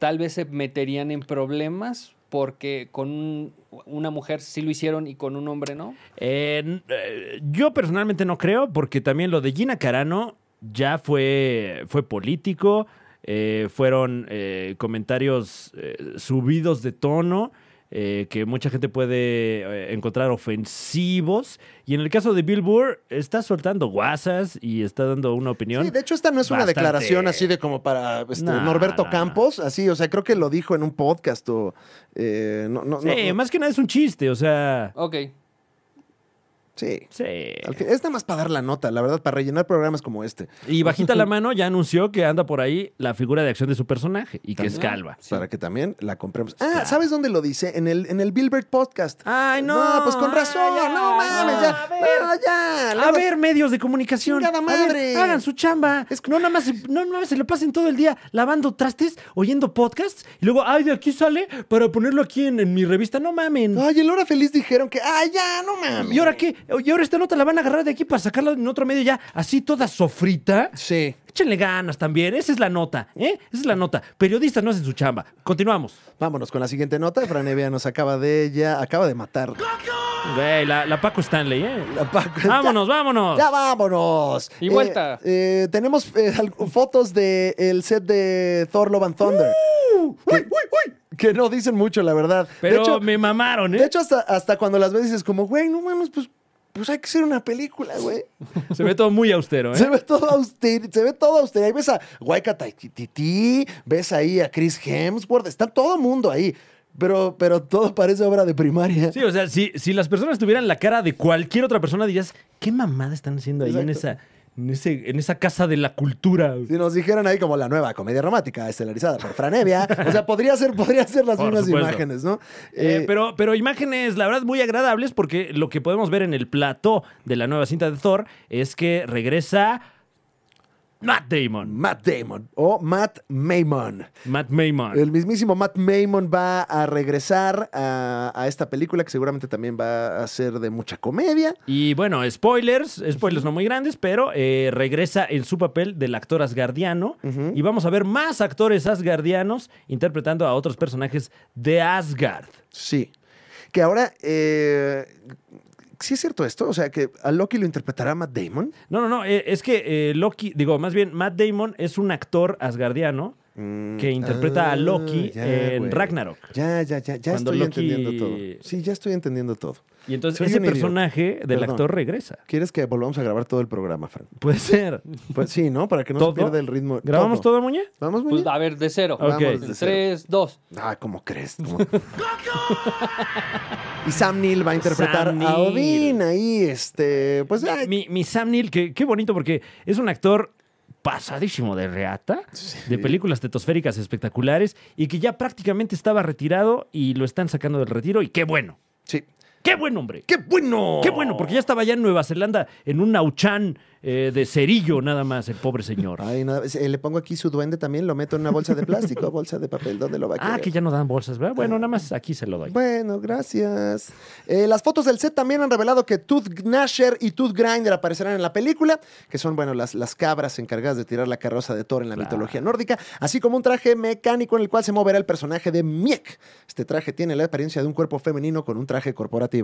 S3: tal vez se meterían en problemas porque con un- una mujer sí lo hicieron y con un hombre no.
S1: Eh, n- eh, yo personalmente no creo, porque también lo de Gina Carano ya fue, fue político, eh, fueron eh, comentarios eh, subidos de tono. eh, que mucha gente puede eh, encontrar ofensivos. Y en el caso de Bill Burr, está soltando guasas y está dando una opinión.
S2: Sí, de hecho, esta no es una
S1: bastante-
S2: declaración así de como para este,
S1: No, no,
S2: Norberto
S1: no.
S2: Campos, así, o sea, creo que lo dijo en un podcast o. eh, no, no,
S1: Sí,
S2: no,
S1: más que nada es un chiste, o sea.
S3: Ok,
S2: sí.
S1: Sí.
S2: Al fin- es nada más para dar la nota, la verdad, para rellenar programas como este,
S1: Y bajita la mano ya anunció que anda por ahí la figura de acción de su personaje y que es
S3: También.
S1: calva.
S3: Sí.
S2: para que también la compremos. Ah,
S1: Claro.
S2: ¿sabes dónde lo dice? En el, en el Billboard Podcast.
S1: Ay,
S2: No, pues con razón,
S1: Ay,
S2: no
S1: ay,
S2: mames, ya,
S1: a ver.
S2: no, ya.
S1: A
S2: luego-
S1: ver, medios de comunicación.
S2: Chingada
S1: A
S2: madre.
S1: ver, hagan su chamba.
S2: Es-
S1: No, nada más, se- no, nada más se lo pasen todo el día lavando trastes, oyendo podcasts. Y luego, ay, de aquí sale para ponerlo aquí en, en mi revista. No mamen.
S2: Ay, en la hora feliz dijeron que, ay, ya, no mames.
S1: ¿Y ahora qué? ¿Y ahora esta nota la van a agarrar de aquí para sacarla en otro medio ya así toda sofrita?
S2: Sí.
S1: Échenle ganas también. Esa es la nota, ¿eh? Esa es la nota. Periodistas no hacen su chamba. Continuamos.
S2: Vámonos con la siguiente nota. Fran Evia nos acaba de ella, acaba de matar.
S1: Güey, la, la Paco Stanley, ¿eh?
S2: La Paco-
S1: Vámonos, vámonos.
S2: Ya vámonos.
S3: Y vuelta.
S2: Eh, eh, tenemos eh, al- fotos del set de Thor Love and Thunder.
S1: ¡Uh!
S2: que, que no dicen mucho, la verdad.
S1: Pero
S2: de hecho,
S1: me mamaron, ¿eh?
S2: de hecho, hasta, hasta cuando las ves dices como, güey, no mames, pues, pues hay que hacer una película,
S1: ¿Eh?
S2: güey.
S1: Se ve todo muy austero, ¿eh?
S2: Se ve todo austero, se ve todo austero. Ahí ves a Waika Tití, ves ahí a Chris Hemsworth, está todo mundo ahí. Pero, pero todo parece obra de primaria.
S1: Sí, o sea, si, si las personas tuvieran la cara de cualquier otra persona, dirías, ¿qué mamada están haciendo ahí en esa,
S2: Exacto.
S1: en, ese- en esa casa de la cultura?
S2: Si nos dijeran ahí como la nueva comedia romántica estelarizada por Fran Evia, o sea, podría ser, podría ser las
S1: Por
S2: mismas
S1: supuesto.
S2: imágenes, ¿no?
S1: Eh,
S2: Eh,
S1: pero, pero imágenes, la verdad, muy agradables porque lo que podemos ver en el plató de la nueva cinta de Thor es que regresa Matt Damon.
S2: Matt Damon o Matt Maimon.
S1: Matt Damon.
S2: El mismísimo Matt Maimon va a regresar a, a esta película que seguramente también va a ser de mucha comedia.
S1: Y bueno, spoilers, spoilers no muy grandes, pero eh, regresa en su papel del actor asgardiano. Y vamos a ver más actores asgardianos interpretando a otros personajes de Asgard.
S2: Sí. Que ahora, eh, ¿sí es cierto esto? O sea, que a Loki lo interpretará Matt Damon.
S1: No, no, no. eh, es que eh, Loki, digo, más bien, Matt Damon es un actor asgardiano
S2: Mm,
S1: que interpreta
S2: ah,
S1: a Loki
S2: ya,
S1: en
S2: güey.
S1: Ragnarok.
S2: Ya, ya, ya, ya
S1: Cuando
S2: estoy
S1: Loki-
S2: entendiendo todo. Sí, ya estoy entendiendo todo.
S1: Y entonces
S2: Soy
S1: ese
S2: un idiota.
S1: personaje del
S2: Perdón.
S1: actor regresa.
S2: ¿Quieres que volvamos a grabar todo el programa, Fran?
S1: Puede ser.
S2: Pues sí, ¿no? Para que no
S1: ¿Todo?
S2: se pierda el ritmo.
S1: ¿Grabamos todo, Muñe?
S2: ¿Vamos, muy
S3: pues a ver, de cero.
S1: Ok. pues
S2: Vamos
S3: En
S2: de cero.
S3: Tres, dos.
S2: Ah, ¿cómo crees? ¿Cómo? y Sam Neill va a interpretar
S1: Sam
S2: a
S1: Neill.
S2: Odín ahí, este... Pues, ay,
S1: Mi, mi Sam Neill, que qué bonito porque es un actor pasadísimo de reata, de películas tetosféricas espectaculares y que ya prácticamente estaba retirado y lo están sacando del retiro y qué bueno.
S2: sí.
S1: ¡Qué buen hombre!
S2: ¡Qué bueno! Oh.
S1: ¡Qué bueno! Porque ya estaba allá en Nueva Zelanda en un Auchan eh, de cerillo nada más, el pobre señor.
S2: Ay, nada, eh, le pongo aquí su duende también, lo meto en una bolsa de plástico, bolsa de papel, ¿dónde lo va a
S1: Ah,
S2: querer?
S1: que ya no dan bolsas, ¿verdad? Bueno, nada más aquí se lo doy.
S2: Bueno, gracias. Eh, las fotos del set también han revelado que Tooth Gnasher y Tooth Grinder aparecerán en la película, que son, bueno, las, las cabras encargadas de tirar la carroza de Thor en la
S1: Claro.
S2: mitología nórdica, así como un traje mecánico en el cual se moverá el personaje de Miek. Este traje tiene la apariencia de un cuerpo femenino con un traje corporativo.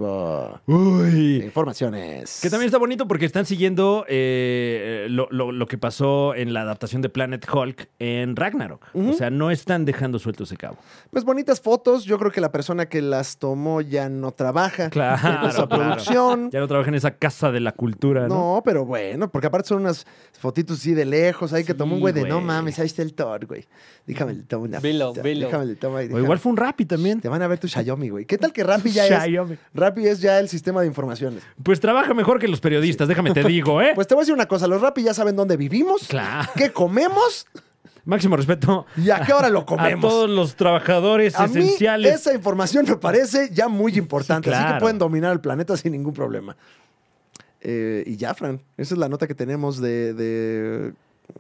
S1: Uy.
S2: Informaciones.
S1: Que también está bonito porque están siguiendo eh, lo, lo- lo que pasó en la adaptación de Planet Hulk en Ragnarok. O sea, no están dejando suelto ese cabo.
S2: Pues bonitas fotos. Yo creo que la persona que las tomó ya no trabaja.
S1: Claro,
S2: Esa
S1: claro.
S2: producción.
S1: Ya no trabaja en esa casa de la cultura, ¿no?
S2: No, pero bueno, porque aparte son unas fotitos así de lejos, ahí que
S1: Sí,
S2: tomó un güey de no
S1: güey.
S2: mames, ahí está el Thor, güey. Déjame le tomo una
S3: Velo,
S2: foto,
S3: velo.
S2: Déjame le tomo ahí.
S1: o
S2: déjame.
S1: igual fue un Rappi también.
S2: Te van a ver tu Xiaomi, güey. ¿Qué tal que Rappi ya es?
S1: Xiaomi.
S2: Rappi es ya el sistema de informaciones.
S1: Pues trabaja mejor que los periodistas, déjame te digo, ¿eh?
S2: Pues te voy a decir una cosa, los Rappi ya saben dónde vivimos,
S1: Claro.
S2: qué comemos
S1: Máximo respeto
S2: y a qué hora lo
S1: a
S2: comemos.
S1: todos los trabajadores
S2: A mí
S1: esenciales.
S2: esa información me parece ya muy importante,
S1: Sí,
S2: así que
S1: claro.
S2: pueden dominar el planeta sin ningún problema. Eh, y ya, Fran, esa es la nota que tenemos de, de,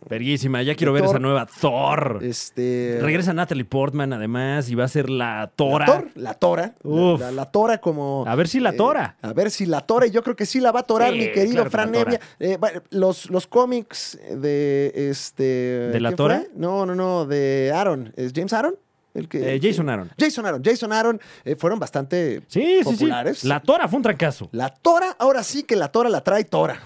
S1: Verguísima, ya quiero ver
S2: Thor.
S1: esa nueva Thor.
S2: este
S1: Regresa Natalie Portman, además, y va a ser la Tora.
S2: La, tor- la tora.
S1: Uf.
S2: La, la- la tora como...
S1: A ver si la
S2: eh,
S1: tora.
S2: a ver si la tora. y Yo creo que sí la va a torar,
S1: Sí,
S2: mi
S1: claro
S2: querido
S1: que
S2: Fran
S1: la tora.
S2: Evia. Eh, bueno, los, los cómics de este... ¿De
S1: la tora?
S2: No, no, no, de Aaron. ¿Es James Aaron? El que,
S1: Eh, Jason Aaron.
S2: Jason Aaron. Jason Aaron eh, fueron bastante
S1: Sí, sí, sí.
S2: populares.
S1: La Tora fue un trancazo.
S2: La tora, ahora sí que la tora la trae tora.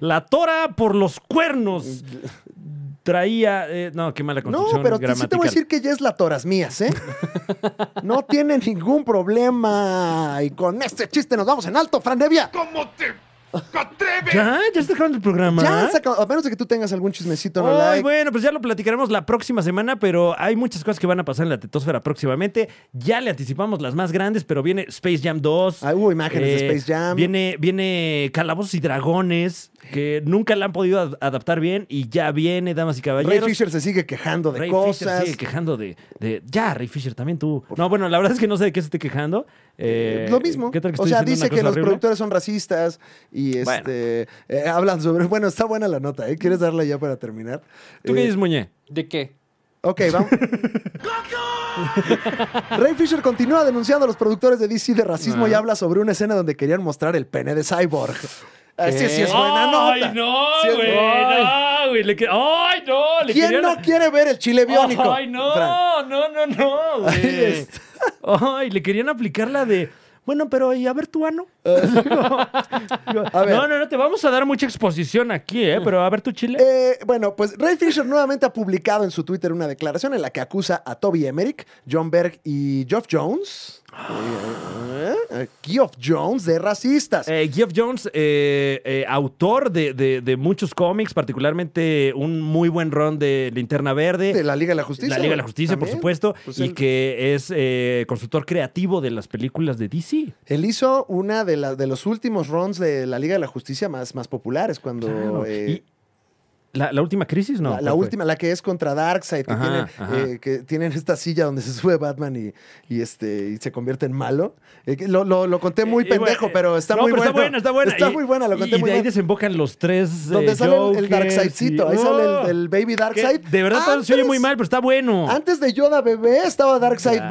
S1: La Tora por los cuernos traía. eh, no, qué mala
S2: No,
S1: construcción
S2: pero te- sí
S1: gramatical.
S2: te voy a decir que ya es la toras mías, ¿eh? no tiene ningún problema. Y con este chiste nos vamos en alto, Fran Evia.
S4: ¿Cómo te atreves?
S1: Ya, ya está acabando el programa.
S2: Ya, se acabó. a menos de que tú tengas algún chismecito no
S1: ¿Ah? Ay,
S2: like.
S1: bueno, pues ya lo platicaremos la próxima semana, pero hay muchas cosas que van a pasar en la tetosfera próximamente. Ya le anticipamos las más grandes, pero viene Space Jam 2.
S2: Ah, hubo imágenes de Space Jam.
S1: Viene, viene Calabozos y Dragones, que nunca la han podido ad- adaptar bien, y ya viene, damas y
S2: Ray
S1: caballeros.
S2: Fisher se sigue quejando de
S1: Ray
S2: cosas.
S1: Fisher sigue quejando de, de- Ya, Ray Fisher, también tú. No, bueno, la verdad es que no sé de qué se esté quejando. Eh,
S2: Lo mismo.
S1: ¿qué tal que
S2: o
S1: estoy
S2: sea,
S1: diciendo
S2: dice
S1: una
S2: que
S1: cosa
S2: los
S1: horrible?
S2: productores son racistas y
S1: Bueno.
S2: este eh, hablan sobre. Bueno, está buena la nota, ¿eh? ¿Quieres darla ya para terminar?
S1: ¿Tú qué
S2: Eh,
S1: dices, Muñe?
S3: ¿De qué?
S2: Ok, vamos. Ray Fisher continúa denunciando a los productores de DC de racismo y habla sobre una escena donde querían mostrar el pene de Cyborg. Así sí es buena nota.
S1: ¡Ay, no,
S2: Sí es
S1: güey!
S2: buena.
S1: ¡No, güey! Le que- ¡Ay, no! Le
S2: ¿Quién
S1: querían-
S2: no quiere ver el chile biónico?
S1: ¡Ay, no!
S2: Fran?
S1: No, no, no, güey.
S2: Ahí está.
S1: ¡Ay, le querían aplicar la de. Bueno, pero ¿y a ver tu ano?
S2: Eh. A ver.
S1: No, no, no, te vamos a dar mucha exposición aquí, ¿eh? Pero a ver tu chile.
S2: Eh, bueno, pues Ray Fisher nuevamente ha publicado en su Twitter una declaración en la que acusa a Toby Emmerich, John Berg y Geoff Jones.
S1: Ah.
S2: eh, eh, eh, Geoff Jones de racistas.
S1: Eh, Geoff Jones, eh, eh, autor de, de- de muchos cómics, particularmente un muy buen ron de Linterna Verde.
S2: de la Liga de la Justicia.
S1: La Liga de la Justicia, por
S2: también.
S1: supuesto,
S2: Pues
S1: y
S2: él-
S1: que es eh, consultor creativo de las películas de DC.
S2: Él hizo una de, la- de los últimos runs de la Liga de la Justicia más, más populares cuando... eh,
S1: Y- la, la última crisis, ¿no?
S2: la, la
S1: ¿Cuál fue?
S2: última, la que es contra Darkseid, que,
S1: Ajá,
S2: tiene,
S1: ajá.
S2: eh, que tienen esta silla donde se sube Batman y, y, este, y se convierte en malo. Eh, que lo, lo- lo conté muy
S1: Eh,
S2: pendejo,
S1: bueno,
S2: pero está
S1: no,
S2: muy
S1: pero
S2: buena.
S1: Está buena, está buena. Y-
S2: muy buena, lo conté
S1: y
S2: muy
S1: de ahí
S2: buena.
S1: desembocan los tres.
S2: Donde
S1: eh,
S2: sale el- el,
S1: Jokers
S2: Darkseidcito,
S1: y-
S2: ahí sale
S1: ¡Oh!
S2: el, el Baby
S1: Que
S2: Darkseid.
S1: De verdad todo se oye muy
S2: Antes-
S1: mal, pero está bueno.
S2: Antes de Yoda bebé estaba Darkseid
S1: Claro.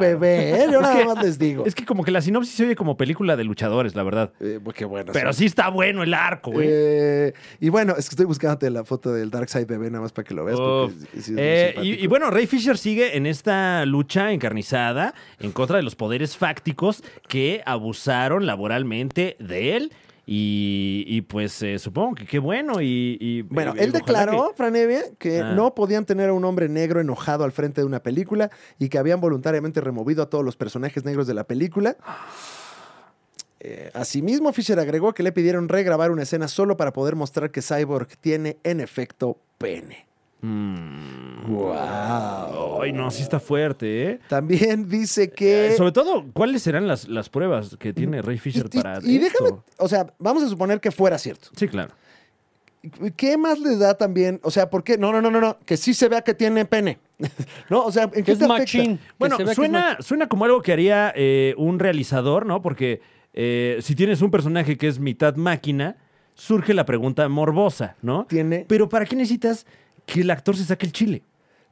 S2: bebé, ¿eh? yo nada más les digo.
S1: Es que como que la sinopsis se oye como película de luchadores, la verdad.
S2: Eh, pues qué bueno.
S1: Pero sí está bueno el arco, güey.
S2: Eh, y bueno, es que estoy buscándote la foto del Darkseid bebé nada más para que lo veas. pues, porque
S1: Uf.
S2: sí- sí es muy
S1: Eh, y- y,
S2: simpático.
S1: bueno, Ray Fisher sigue en esta lucha encarnizada en contra de los poderes fácticos que abusaron laboralmente de él. Y, y, pues eh, supongo que qué bueno. Y, y-
S2: Bueno,
S1: y-
S2: él
S1: ojalá
S2: declaró,
S1: que-
S2: Fran Evia, que
S1: Ah.
S2: no podían tener a un hombre negro enojado al frente de una película y que habían voluntariamente removido a todos los personajes negros de la película. Eh, asimismo, Fisher agregó que le pidieron regrabar una escena solo para poder mostrar que Cyborg tiene, en efecto, pene.
S1: Mm.
S2: ¡Wow!
S1: Ay, no, sí está fuerte, ¿eh?
S2: También dice que...
S1: Eh, Sobre todo, ¿cuáles serán las, las pruebas que tiene Ray
S2: y,
S1: Fisher
S2: y-
S1: para
S2: y déjame,
S1: esto?
S2: o sea, vamos a suponer que fuera cierto.
S1: Sí, claro.
S2: ¿Qué más le da también? O sea, ¿por qué? No, no, no, no, no, que sí se vea que tiene pene. no, o sea, ¿en
S3: Que
S2: qué
S3: es
S2: te afecta?
S3: machín. que
S1: Bueno,
S3: se vea que es machín.
S1: suena, suena como algo que haría eh, un realizador, ¿no? Porque eh, si tienes un personaje que es mitad máquina, surge la pregunta morbosa, ¿no?
S2: Tiene-
S1: Pero ¿para qué necesitas que el actor se saque el chile?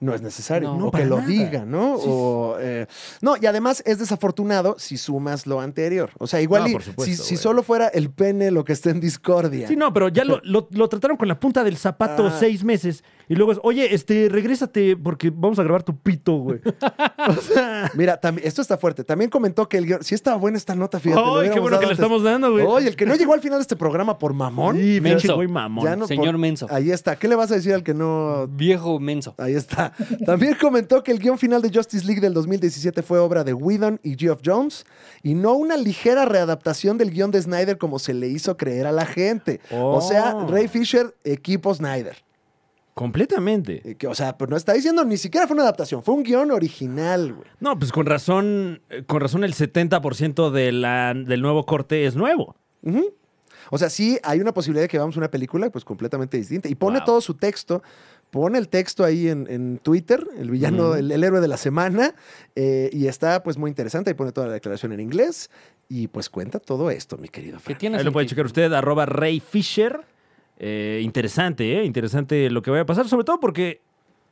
S2: No es necesario.
S3: No,
S2: o
S1: para
S2: que lo
S1: nada.
S2: diga, ¿no? O, eh, no, y además es desafortunado si sumas lo anterior. O sea, igual
S1: No,
S2: y
S1: por supuesto,
S2: si, si
S1: güey.
S2: solo fuera el pene lo que está en discordia.
S1: Sí, no, pero ya lo, lo- lo trataron con la punta del zapato
S2: Ah.
S1: seis meses. Y luego es, oye, este, regrésate porque vamos a grabar tu pito, güey. o sea,
S2: Mira, tam- esto está fuerte. También comentó que el guión. Sí, estaba buena esta nota, fíjate. lo
S1: ¡ay, qué
S2: hubiéramos
S1: bueno que
S2: dado
S1: le
S2: antes.
S1: estamos dando, güey!
S2: Oye, el que no llegó al final de este programa por mamón.
S1: Sí,
S3: menso.
S1: pinche güey mamón.
S2: ya no-
S3: Señor
S2: por-
S3: menso.
S2: Ahí está. ¿Qué le vas a decir al que no
S3: Viejo menso.
S2: Ahí está. También comentó que el guión final de Justice League del 2017 fue obra de Whedon y Geoff Jones y no una ligera readaptación del guión de Snyder como se le hizo creer a la gente.
S1: Oh.
S2: O sea, Ray Fisher, equipo Snyder.
S1: Completamente.
S2: Eh, que, o sea, pero no está diciendo ni siquiera fue una adaptación, fue un guión original, güey.
S1: No, pues con razón, eh, con razón el 70% de la, del nuevo corte es nuevo.
S2: Ujú. O sea, sí hay una posibilidad de que veamos una película pues completamente distinta. Y pone
S1: Wow.
S2: todo su texto, pone el texto ahí en, en Twitter, el villano, el, el héroe de la semana, eh, y está pues muy interesante. Ahí pone toda la declaración en inglés y pues cuenta todo esto, mi querido
S3: ¿Qué
S2: Fran.
S3: tiene
S1: Ahí lo puede checar
S3: sentido.
S1: usted, arroba Ray Fisher. Eh, interesante, ¿eh? Interesante lo que vaya a pasar, sobre todo porque,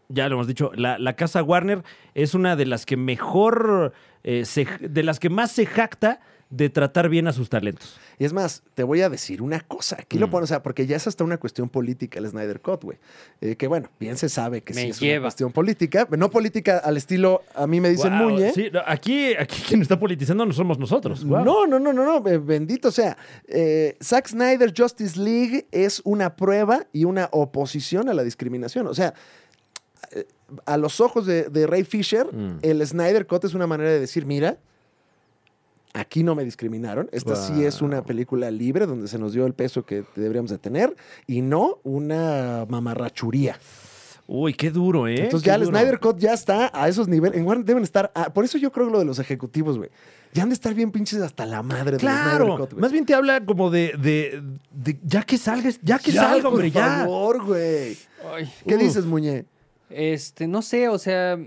S1: ya lo hemos dicho, la, la casa Warner es una de las que mejor, eh, se- de las que más se jacta de tratar bien a sus talentos.
S2: Y es más, te voy a decir una cosa. Aquí lo
S1: Mm.
S2: pone, o sea, porque ya es hasta una cuestión política el Snyder Cut, güey. Eh, que bueno, bien se sabe que
S3: Me
S2: sí es
S3: lleva.
S2: una cuestión política. No política al estilo, a mí me dicen ¿eh?
S1: Wow,
S2: Muñe.
S1: sí, no, aquí, aquí quien está politizando no somos nosotros. Wow.
S2: No, no, no, no, no, eh, bendito sea. Eh, Zack Snyder Justice League es una prueba y una oposición a la discriminación. O sea, eh, a los ojos de, de Ray Fisher,
S1: Mm.
S2: el Snyder Cut es una manera de decir, mira, aquí no me discriminaron. Esta sí es una
S1: Wow.
S2: película libre donde se nos dio el peso que deberíamos de tener y no una mamarrachuría.
S1: Uy, qué duro, ¿eh?
S2: Entonces
S1: Qué
S2: ya el
S1: duro.
S2: Snyder Cut ya está a esos niveles. En Warner deben estar... a- por eso yo creo que lo de los ejecutivos, güey. Ya han de estar bien pinches hasta la madre del Snyder
S1: Claro,
S2: Cut, güey.
S1: más bien te habla como de, de- de- ya que salgas, ya que
S2: Ya,
S1: salga,
S2: por
S1: hombre, ya.
S2: favor, güey.
S3: Ay.
S2: ¿Qué
S1: Uf.
S2: dices, Muñe?
S3: Este, no sé, o sea,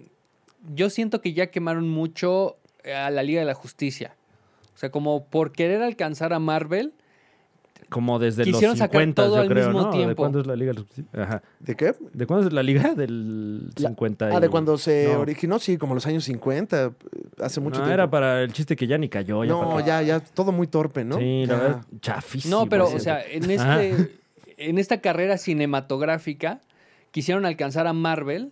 S3: yo siento que ya quemaron mucho eh, a la Liga de la Justicia. O sea, como por querer alcanzar a Marvel,
S1: Como desde
S3: Quisieron
S1: los
S3: sacar
S1: 50,
S3: todo
S1: yo
S3: al
S1: creo,
S3: mismo
S1: ¿no? ¿De
S3: tiempo.
S1: cuándo es la liga? de los- Ajá.
S2: ¿De qué?
S1: ¿De cuándo es la liga? Del
S2: La-
S1: 50.
S2: Ah, de cuando se
S1: no.
S2: originó, sí, como los años 50, eh, hace mucho
S1: no,
S2: tiempo.
S1: era para el chiste que ya ni cayó. Ya
S2: no,
S1: para qué.
S2: ya, ya, todo muy torpe, ¿no?
S1: Sí, la
S2: Ya.
S1: verdad, chafísimo.
S3: No, pero,
S1: sí.
S3: o sea, en,
S1: Ajá.
S3: este, en esta carrera cinematográfica quisieron alcanzar a Marvel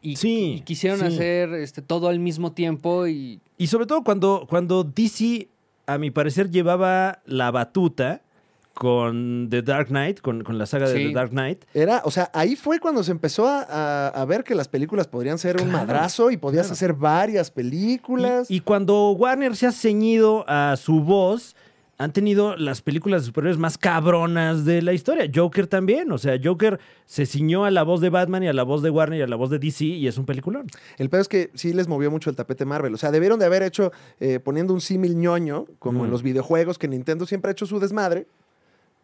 S3: y,
S1: Sí,
S3: y quisieron
S1: sí.
S3: hacer este, todo al mismo tiempo y
S1: Y sobre todo cuando, cuando DC, a mi parecer, llevaba la batuta con The Dark Knight, con, con la saga de
S3: Sí.
S1: The Dark Knight.
S2: Era, o sea, ahí fue cuando se empezó a, a- a ver que las películas podrían ser un
S1: Claro,
S2: madrazo y podías
S1: claro.
S2: hacer varias películas.
S1: Y, y cuando Warner se ha ceñido a su voz, han tenido las películas de superhéroes más cabronas de la historia. Joker también. O sea, Joker se ciñó a la voz de Batman y a la voz de Warner y a la voz de DC y es un peliculón.
S2: El peor es que sí les movió mucho el tapete Marvel. O sea, debieron de haber hecho, eh, poniendo un símil ñoño, como en
S1: Mm.
S2: los videojuegos, que Nintendo siempre ha hecho su desmadre.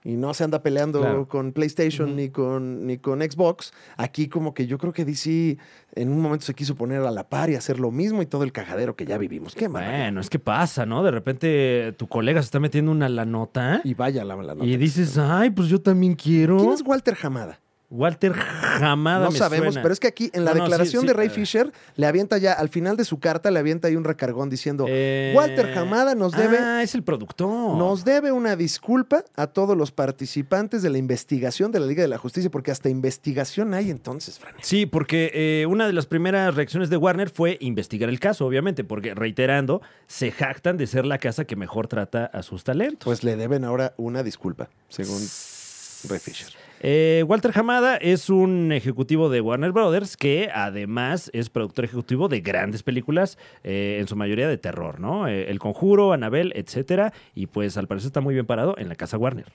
S2: Y no se anda peleando
S1: Claro.
S2: con PlayStation ni, con, ni con Xbox. Aquí como que yo creo que DC en un momento se quiso poner a la par y hacer lo mismo y todo el cajadero que ya vivimos. Qué mal.
S1: Bueno, es que pasa, ¿no? De repente eh, tu colega se está metiendo una la nota
S2: Y vaya la mala nota.
S1: y dices, ay, pues yo también quiero.
S2: ¿Quién es Walter Hamada?
S1: Walter Jamada.
S2: No
S1: me
S2: sabemos,
S1: suena.
S2: pero es que aquí en la
S1: No, no, sí,
S2: declaración
S1: sí,
S2: de Ray
S1: eh.
S2: Fisher le avienta ya, al final de su carta le avienta ahí un recargón diciendo,
S1: Eh,
S2: Walter Hamada nos debe
S1: Ah, es el productor.
S2: Nos debe una disculpa a todos los participantes de la investigación de la Liga de la Justicia, porque hasta investigación hay entonces, Fran.
S1: Sí, porque eh, una de las primeras reacciones de Warner fue investigar el caso, obviamente, porque reiterando, se jactan de ser la casa que mejor trata a sus talentos.
S2: Pues le deben ahora una disculpa, según Ray Fisher.
S1: Eh, Walter Hamada es un ejecutivo de Warner Brothers que además es productor ejecutivo de grandes películas, eh, en su mayoría de terror, ¿no? Eh, el Conjuro, Anabel, etcétera. Y pues al parecer está muy bien parado en la casa Warner.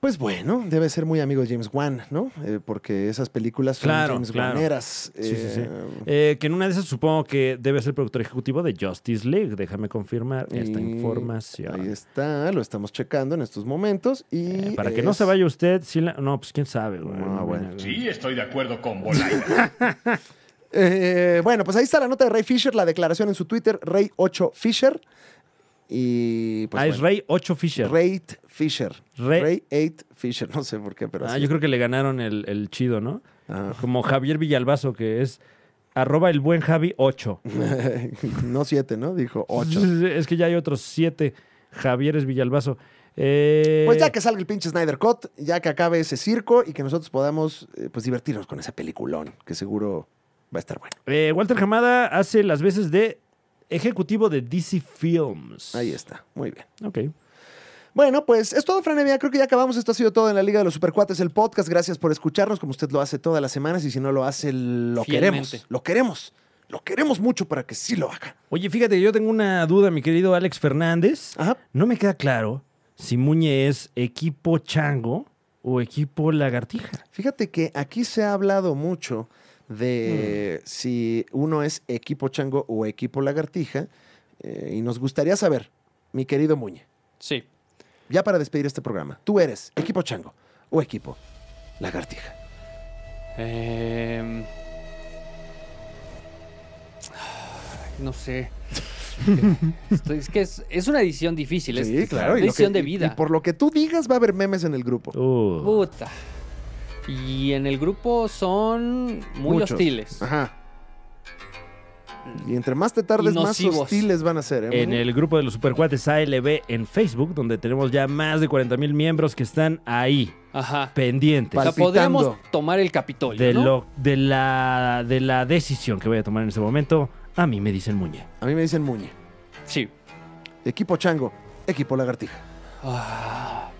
S2: Pues bueno, debe ser muy amigo de James Wan, ¿no? Eh, porque esas películas son
S1: Claro,
S2: James
S1: claro.
S2: Waneras.
S1: Sí, sí, sí.
S2: Eh,
S1: Eh, que en una de esas supongo que debe ser productor ejecutivo de Justice League. Déjame confirmar esta
S2: y Ahí
S1: información.
S2: está, lo estamos checando en estos momentos. Y
S1: Eh, para que no
S2: es-
S1: se vaya usted, sí la- no, pues quién sabe. güey.
S2: Ah,
S1: No,
S2: bueno.
S1: bueno.
S4: Sí, estoy de acuerdo con Bolaños.
S2: Eh, bueno, pues ahí está la nota de Ray Fisher, la declaración en su Twitter, Ray8Fisher. y pues
S1: ah, es
S2: bueno.
S1: Ray 8 Fisher.
S2: Ray Fisher.
S1: Ray-
S2: Ray 8 Fisher, no sé por qué, pero
S1: ah,
S2: así
S1: yo
S2: es.
S1: creo que le ganaron el, el chido, ¿no?
S2: Ah.
S1: Como Javier Villalbazo, que es arroba el buen Javi 8.
S2: no siete, ¿no? Dijo ocho.
S1: Es que ya hay otros siete Javieres Villalbazo. Eh,
S2: Pues ya que salga el pinche Snyder Cut, ya que acabe ese circo y que nosotros podamos eh, pues divertirnos con ese peliculón, que seguro va a estar bueno.
S1: eh, Walter Hamada hace las veces de ejecutivo de DC Films.
S2: Ahí está, muy bien.
S1: Ok.
S2: Bueno, pues es todo, Franevia. Creo que ya acabamos. Esto ha sido todo en la Liga de los Supercuates, el podcast. Gracias por escucharnos, como usted lo hace todas las semanas. Y si no lo hace, lo
S3: Fielmente.
S2: queremos. Lo queremos. Lo queremos mucho para que sí lo haga.
S1: Oye, fíjate, yo tengo una duda, mi querido Alex Fernández.
S2: Ajá.
S1: No me queda claro si Muñe es equipo chango o equipo lagartija.
S2: Fíjate que aquí se ha hablado mucho
S3: Mm.
S2: de si uno es equipo chango o equipo lagartija. eh, y nos gustaría saber, mi querido Muñe,
S3: Sí.
S2: ya para despedir este programa, ¿tú eres equipo chango o equipo lagartija?
S3: Em, ay, no sé. Estoy- es que es, es una decisión difícil. es- es
S2: y
S3: Una
S2: lo
S3: decisión
S2: que-
S3: de
S2: y-
S3: vida.
S2: Y, por lo que tú digas, va a haber memes en el grupo.
S1: Uh.
S3: Puta. Y en el grupo son muy
S2: Muchos.
S3: hostiles.
S2: Ajá. Y entre más te tardes,
S3: Y
S2: más
S3: nocivos.
S2: hostiles van a ser. ¿eh?
S1: En el grupo de los supercuates ALB en Facebook, donde tenemos ya más de 40 mil miembros que están ahí,
S3: Ajá.
S1: pendientes.
S3: O sea,
S2: Palpitando.
S3: podríamos tomar el Capitolio.
S1: de,
S3: ¿no?
S1: lo, de, la, de la decisión que voy a tomar en este momento, a mí me dicen Muñe.
S2: A mí me dicen Muñe.
S3: Sí.
S2: Equipo chango, equipo lagartija.
S3: Ah.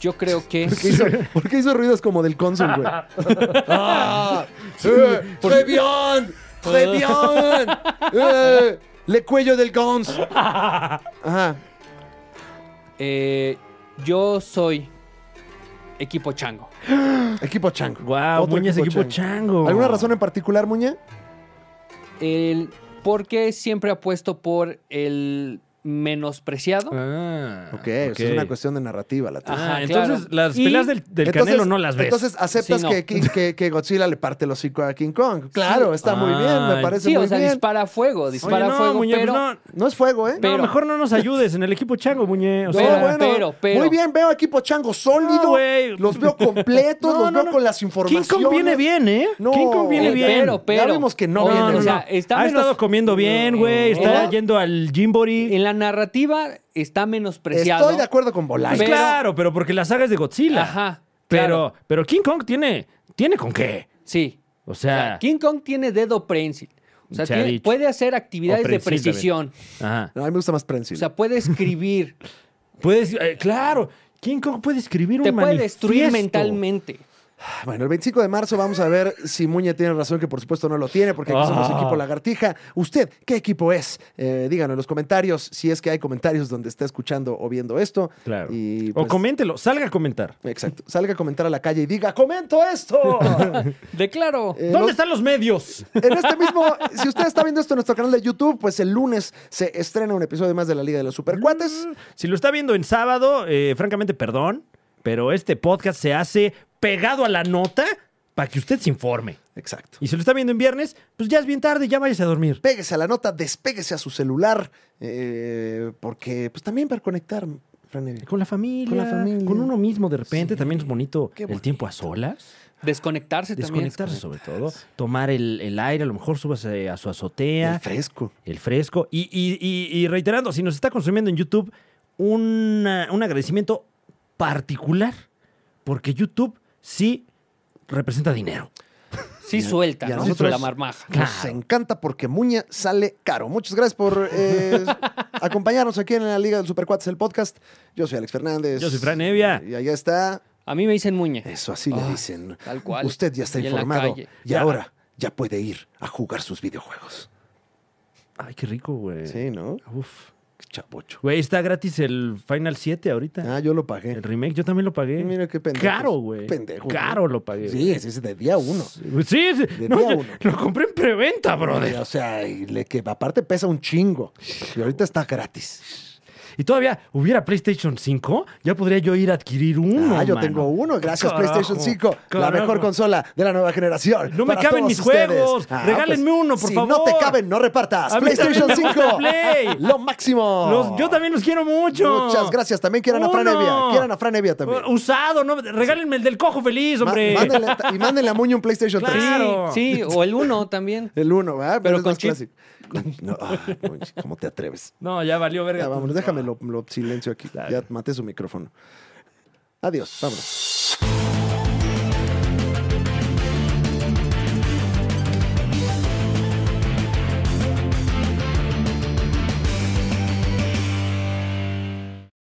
S3: Yo creo que.
S2: ¿Por qué hizo, por qué hizo ruidos como del cónsul, güey? Ah, eh, ¡Très bien! ¡Très bien! Eh, ¡Le cuello del gons! Ajá.
S3: eh, yo soy equipo chango.
S2: Equipo chango.
S1: Wow,
S2: Otro
S1: Muñe es equipo chango.
S2: ¿Alguna razón en particular, Muñe?
S3: El, porque siempre apuesto por el menospreciado.
S1: Ah,
S2: Ok, o sea, es una cuestión de narrativa la tuya.
S1: Ah,
S3: Ajá,
S1: entonces
S3: claro.
S1: las
S3: Y-
S1: peleas del, del
S2: Entonces-
S1: Canelo no las ves.
S2: Entonces aceptas
S3: Sí, no.
S2: que, King- que- que Godzilla le parte el hocico a King Kong. Claro, está muy bien, me
S1: Ay.
S2: parece
S3: Sí,
S2: muy
S3: o sea,
S2: bien.
S3: dispara fuego,
S1: pues Oye,
S3: dispara
S1: no,
S3: fuego,
S1: Muñe,
S3: pero.
S1: pues no,
S2: No es fuego, ¿eh?
S1: no,
S3: Pero-
S1: mejor no nos ayudes en el equipo chango, Muñe. O
S3: No,
S2: Pero
S1: sea,
S2: bueno,
S3: pero, pero.
S2: muy bien, veo equipo chango sólido,
S1: No, Ah, güey.
S2: los veo completos,
S1: No,
S2: los
S1: no,
S2: veo
S1: no.
S2: con las
S1: King
S2: informaciones.
S1: Kong viene bien, ¿eh?
S2: No.
S1: King Kong viene
S2: Eh,
S1: bien.
S3: pero, pero.
S2: Ya vimos que no,
S3: No,
S2: viene
S3: no,
S2: bien.
S3: o sea, está
S1: ha
S3: menos-
S1: estado comiendo bien, güey. Está
S3: Eh,
S1: yendo al Jimbori.
S3: En la narrativa está menospreciado.
S2: Estoy de acuerdo con ¿eh? Bolay.
S1: Pues
S3: pero-
S1: claro, pero porque la saga es de Godzilla.
S3: Ajá.
S1: Pero,
S3: claro.
S1: pero King Kong tiene, tiene con qué.
S3: Sí.
S1: O
S3: O
S1: sea,
S3: sea, King Kong tiene dedo prensil. O sea,
S1: Se ha
S3: tiene-
S1: dicho.
S3: puede hacer actividades
S1: O
S3: de
S1: prensil
S3: precisión.
S1: ajá.
S2: No, a mí me gusta más Prensil.
S3: O sea, puede escribir.
S1: Puedes, eh, claro, King Kong puede escribir
S3: te
S1: un
S3: puede destruir
S1: manifiesto.
S3: mentalmente.
S2: Ah, bueno, el 25 de marzo vamos a ver si Muñe tiene razón, que por supuesto no lo tiene, porque aquí somos
S1: Ah.
S2: equipo lagartija. ¿Usted qué equipo es? Eh, díganos en los comentarios si es que hay comentarios donde está escuchando o viendo esto.
S1: Claro.
S2: Y,
S1: O
S2: pues,
S1: coméntelo, salga a comentar.
S2: Exacto. Salga a comentar a la calle y diga, comento esto.
S3: Declaro.
S2: Eh,
S1: ¿Dónde
S2: no-
S1: están los medios?
S2: En este mismo, si usted está viendo esto en nuestro canal de YouTube, pues el lunes se estrena un episodio más de la Liga de los Supercuates.
S1: Si lo está viendo en sábado, eh, francamente, perdón, pero este podcast se hace pegado a la nota para que usted se informe.
S2: Exacto.
S1: Y si lo está viendo en viernes, pues ya es bien tarde, ya váyase a dormir.
S2: Pégese a la nota, despéguese a su celular, eh, porque pues también para conectar, Fran Evia.
S1: Con la familia, con,
S2: Con la familia.
S1: uno mismo de repente, también es bonito
S2: Qué
S1: el tiempo a solas,
S3: Desconectarse también.
S1: desconectarse sobre todo, tomar el, el aire, a lo mejor súbase a su azotea,
S2: El fresco.
S1: el fresco. Y, y- y- y reiterando, si nos está consumiendo en YouTube, una- un agradecimiento particular, porque YouTube sí representa dinero.
S3: Sí suelta,
S2: y a
S3: ¿no?
S2: nosotros-
S3: la marmaja.
S2: Nos encanta porque Muña sale caro. Muchas gracias por eh, acompañarnos aquí en la Liga del Supercuates, el podcast. Yo soy Alex Fernández.
S1: Yo soy Fran Evia.
S2: Y allá está.
S3: A mí me dicen Muñe.
S2: Eso así le
S3: Ah,
S2: dicen.
S3: tal cual.
S2: Usted ya está
S3: Y en la
S2: informado.
S3: calle.
S2: Y
S1: Ya.
S2: ahora ya puede ir a jugar sus videojuegos.
S1: Ay, qué rico, güey.
S2: Sí, ¿no?
S1: Uf.
S2: Qué chapocho.
S1: Güey, está gratis el Final 7 ahorita.
S2: Ah, yo lo
S1: El
S2: pagué.
S1: remake, yo también lo pagué.
S2: Mira qué pendejo.
S1: Caro, güey.
S2: Pendejo.
S1: Caro lo pagué.
S2: Sí, ese es de día uno.
S1: Sí, sí.
S2: De
S1: No,
S2: día
S1: yo
S2: uno.
S1: lo compré en preventa, brother.
S2: O sea, y le, que aparte pesa un chingo. Y ahorita está gratis.
S1: y todavía hubiera PlayStation 5, ya podría yo ir a adquirir uno.
S2: Ah, yo
S1: mano.
S2: tengo uno. Gracias,
S1: Carajo,
S2: PlayStation 5. La
S1: carajo.
S2: mejor consola de la nueva generación.
S1: No me
S2: para
S1: caben
S2: todos
S1: mis
S2: ustedes. Ah, pues,
S1: juegos. Regálenme uno, por
S2: si no
S1: favor.
S2: te caben, no repartas.
S1: A mí
S2: PlayStation
S1: también me
S2: 5.
S1: gusta Play.
S2: Lo máximo.
S1: Los- yo también los quiero mucho.
S2: Muchas gracias. También quieran a Fran
S1: Uno.
S2: Evia. Quieran a Fran Evia también.
S1: Uh, Usado, no, regálenme el del cojo feliz,
S2: Ma-
S1: hombre.
S2: mándenle- y mándenle a Muño un PlayStation 3.
S1: Claro.
S3: Sí, sí, o el uno también.
S2: El 1, ¿verdad?
S3: Pero
S2: es
S3: con
S2: más
S3: chip.
S2: clásico. Con- no, ay, Muñe, ¿Cómo te atreves?
S1: No, ya valió verga.
S2: Ya, vámonos,
S1: No.
S2: déjame lo, lo silencio aquí. Ya maté su micrófono. Adiós, vámonos.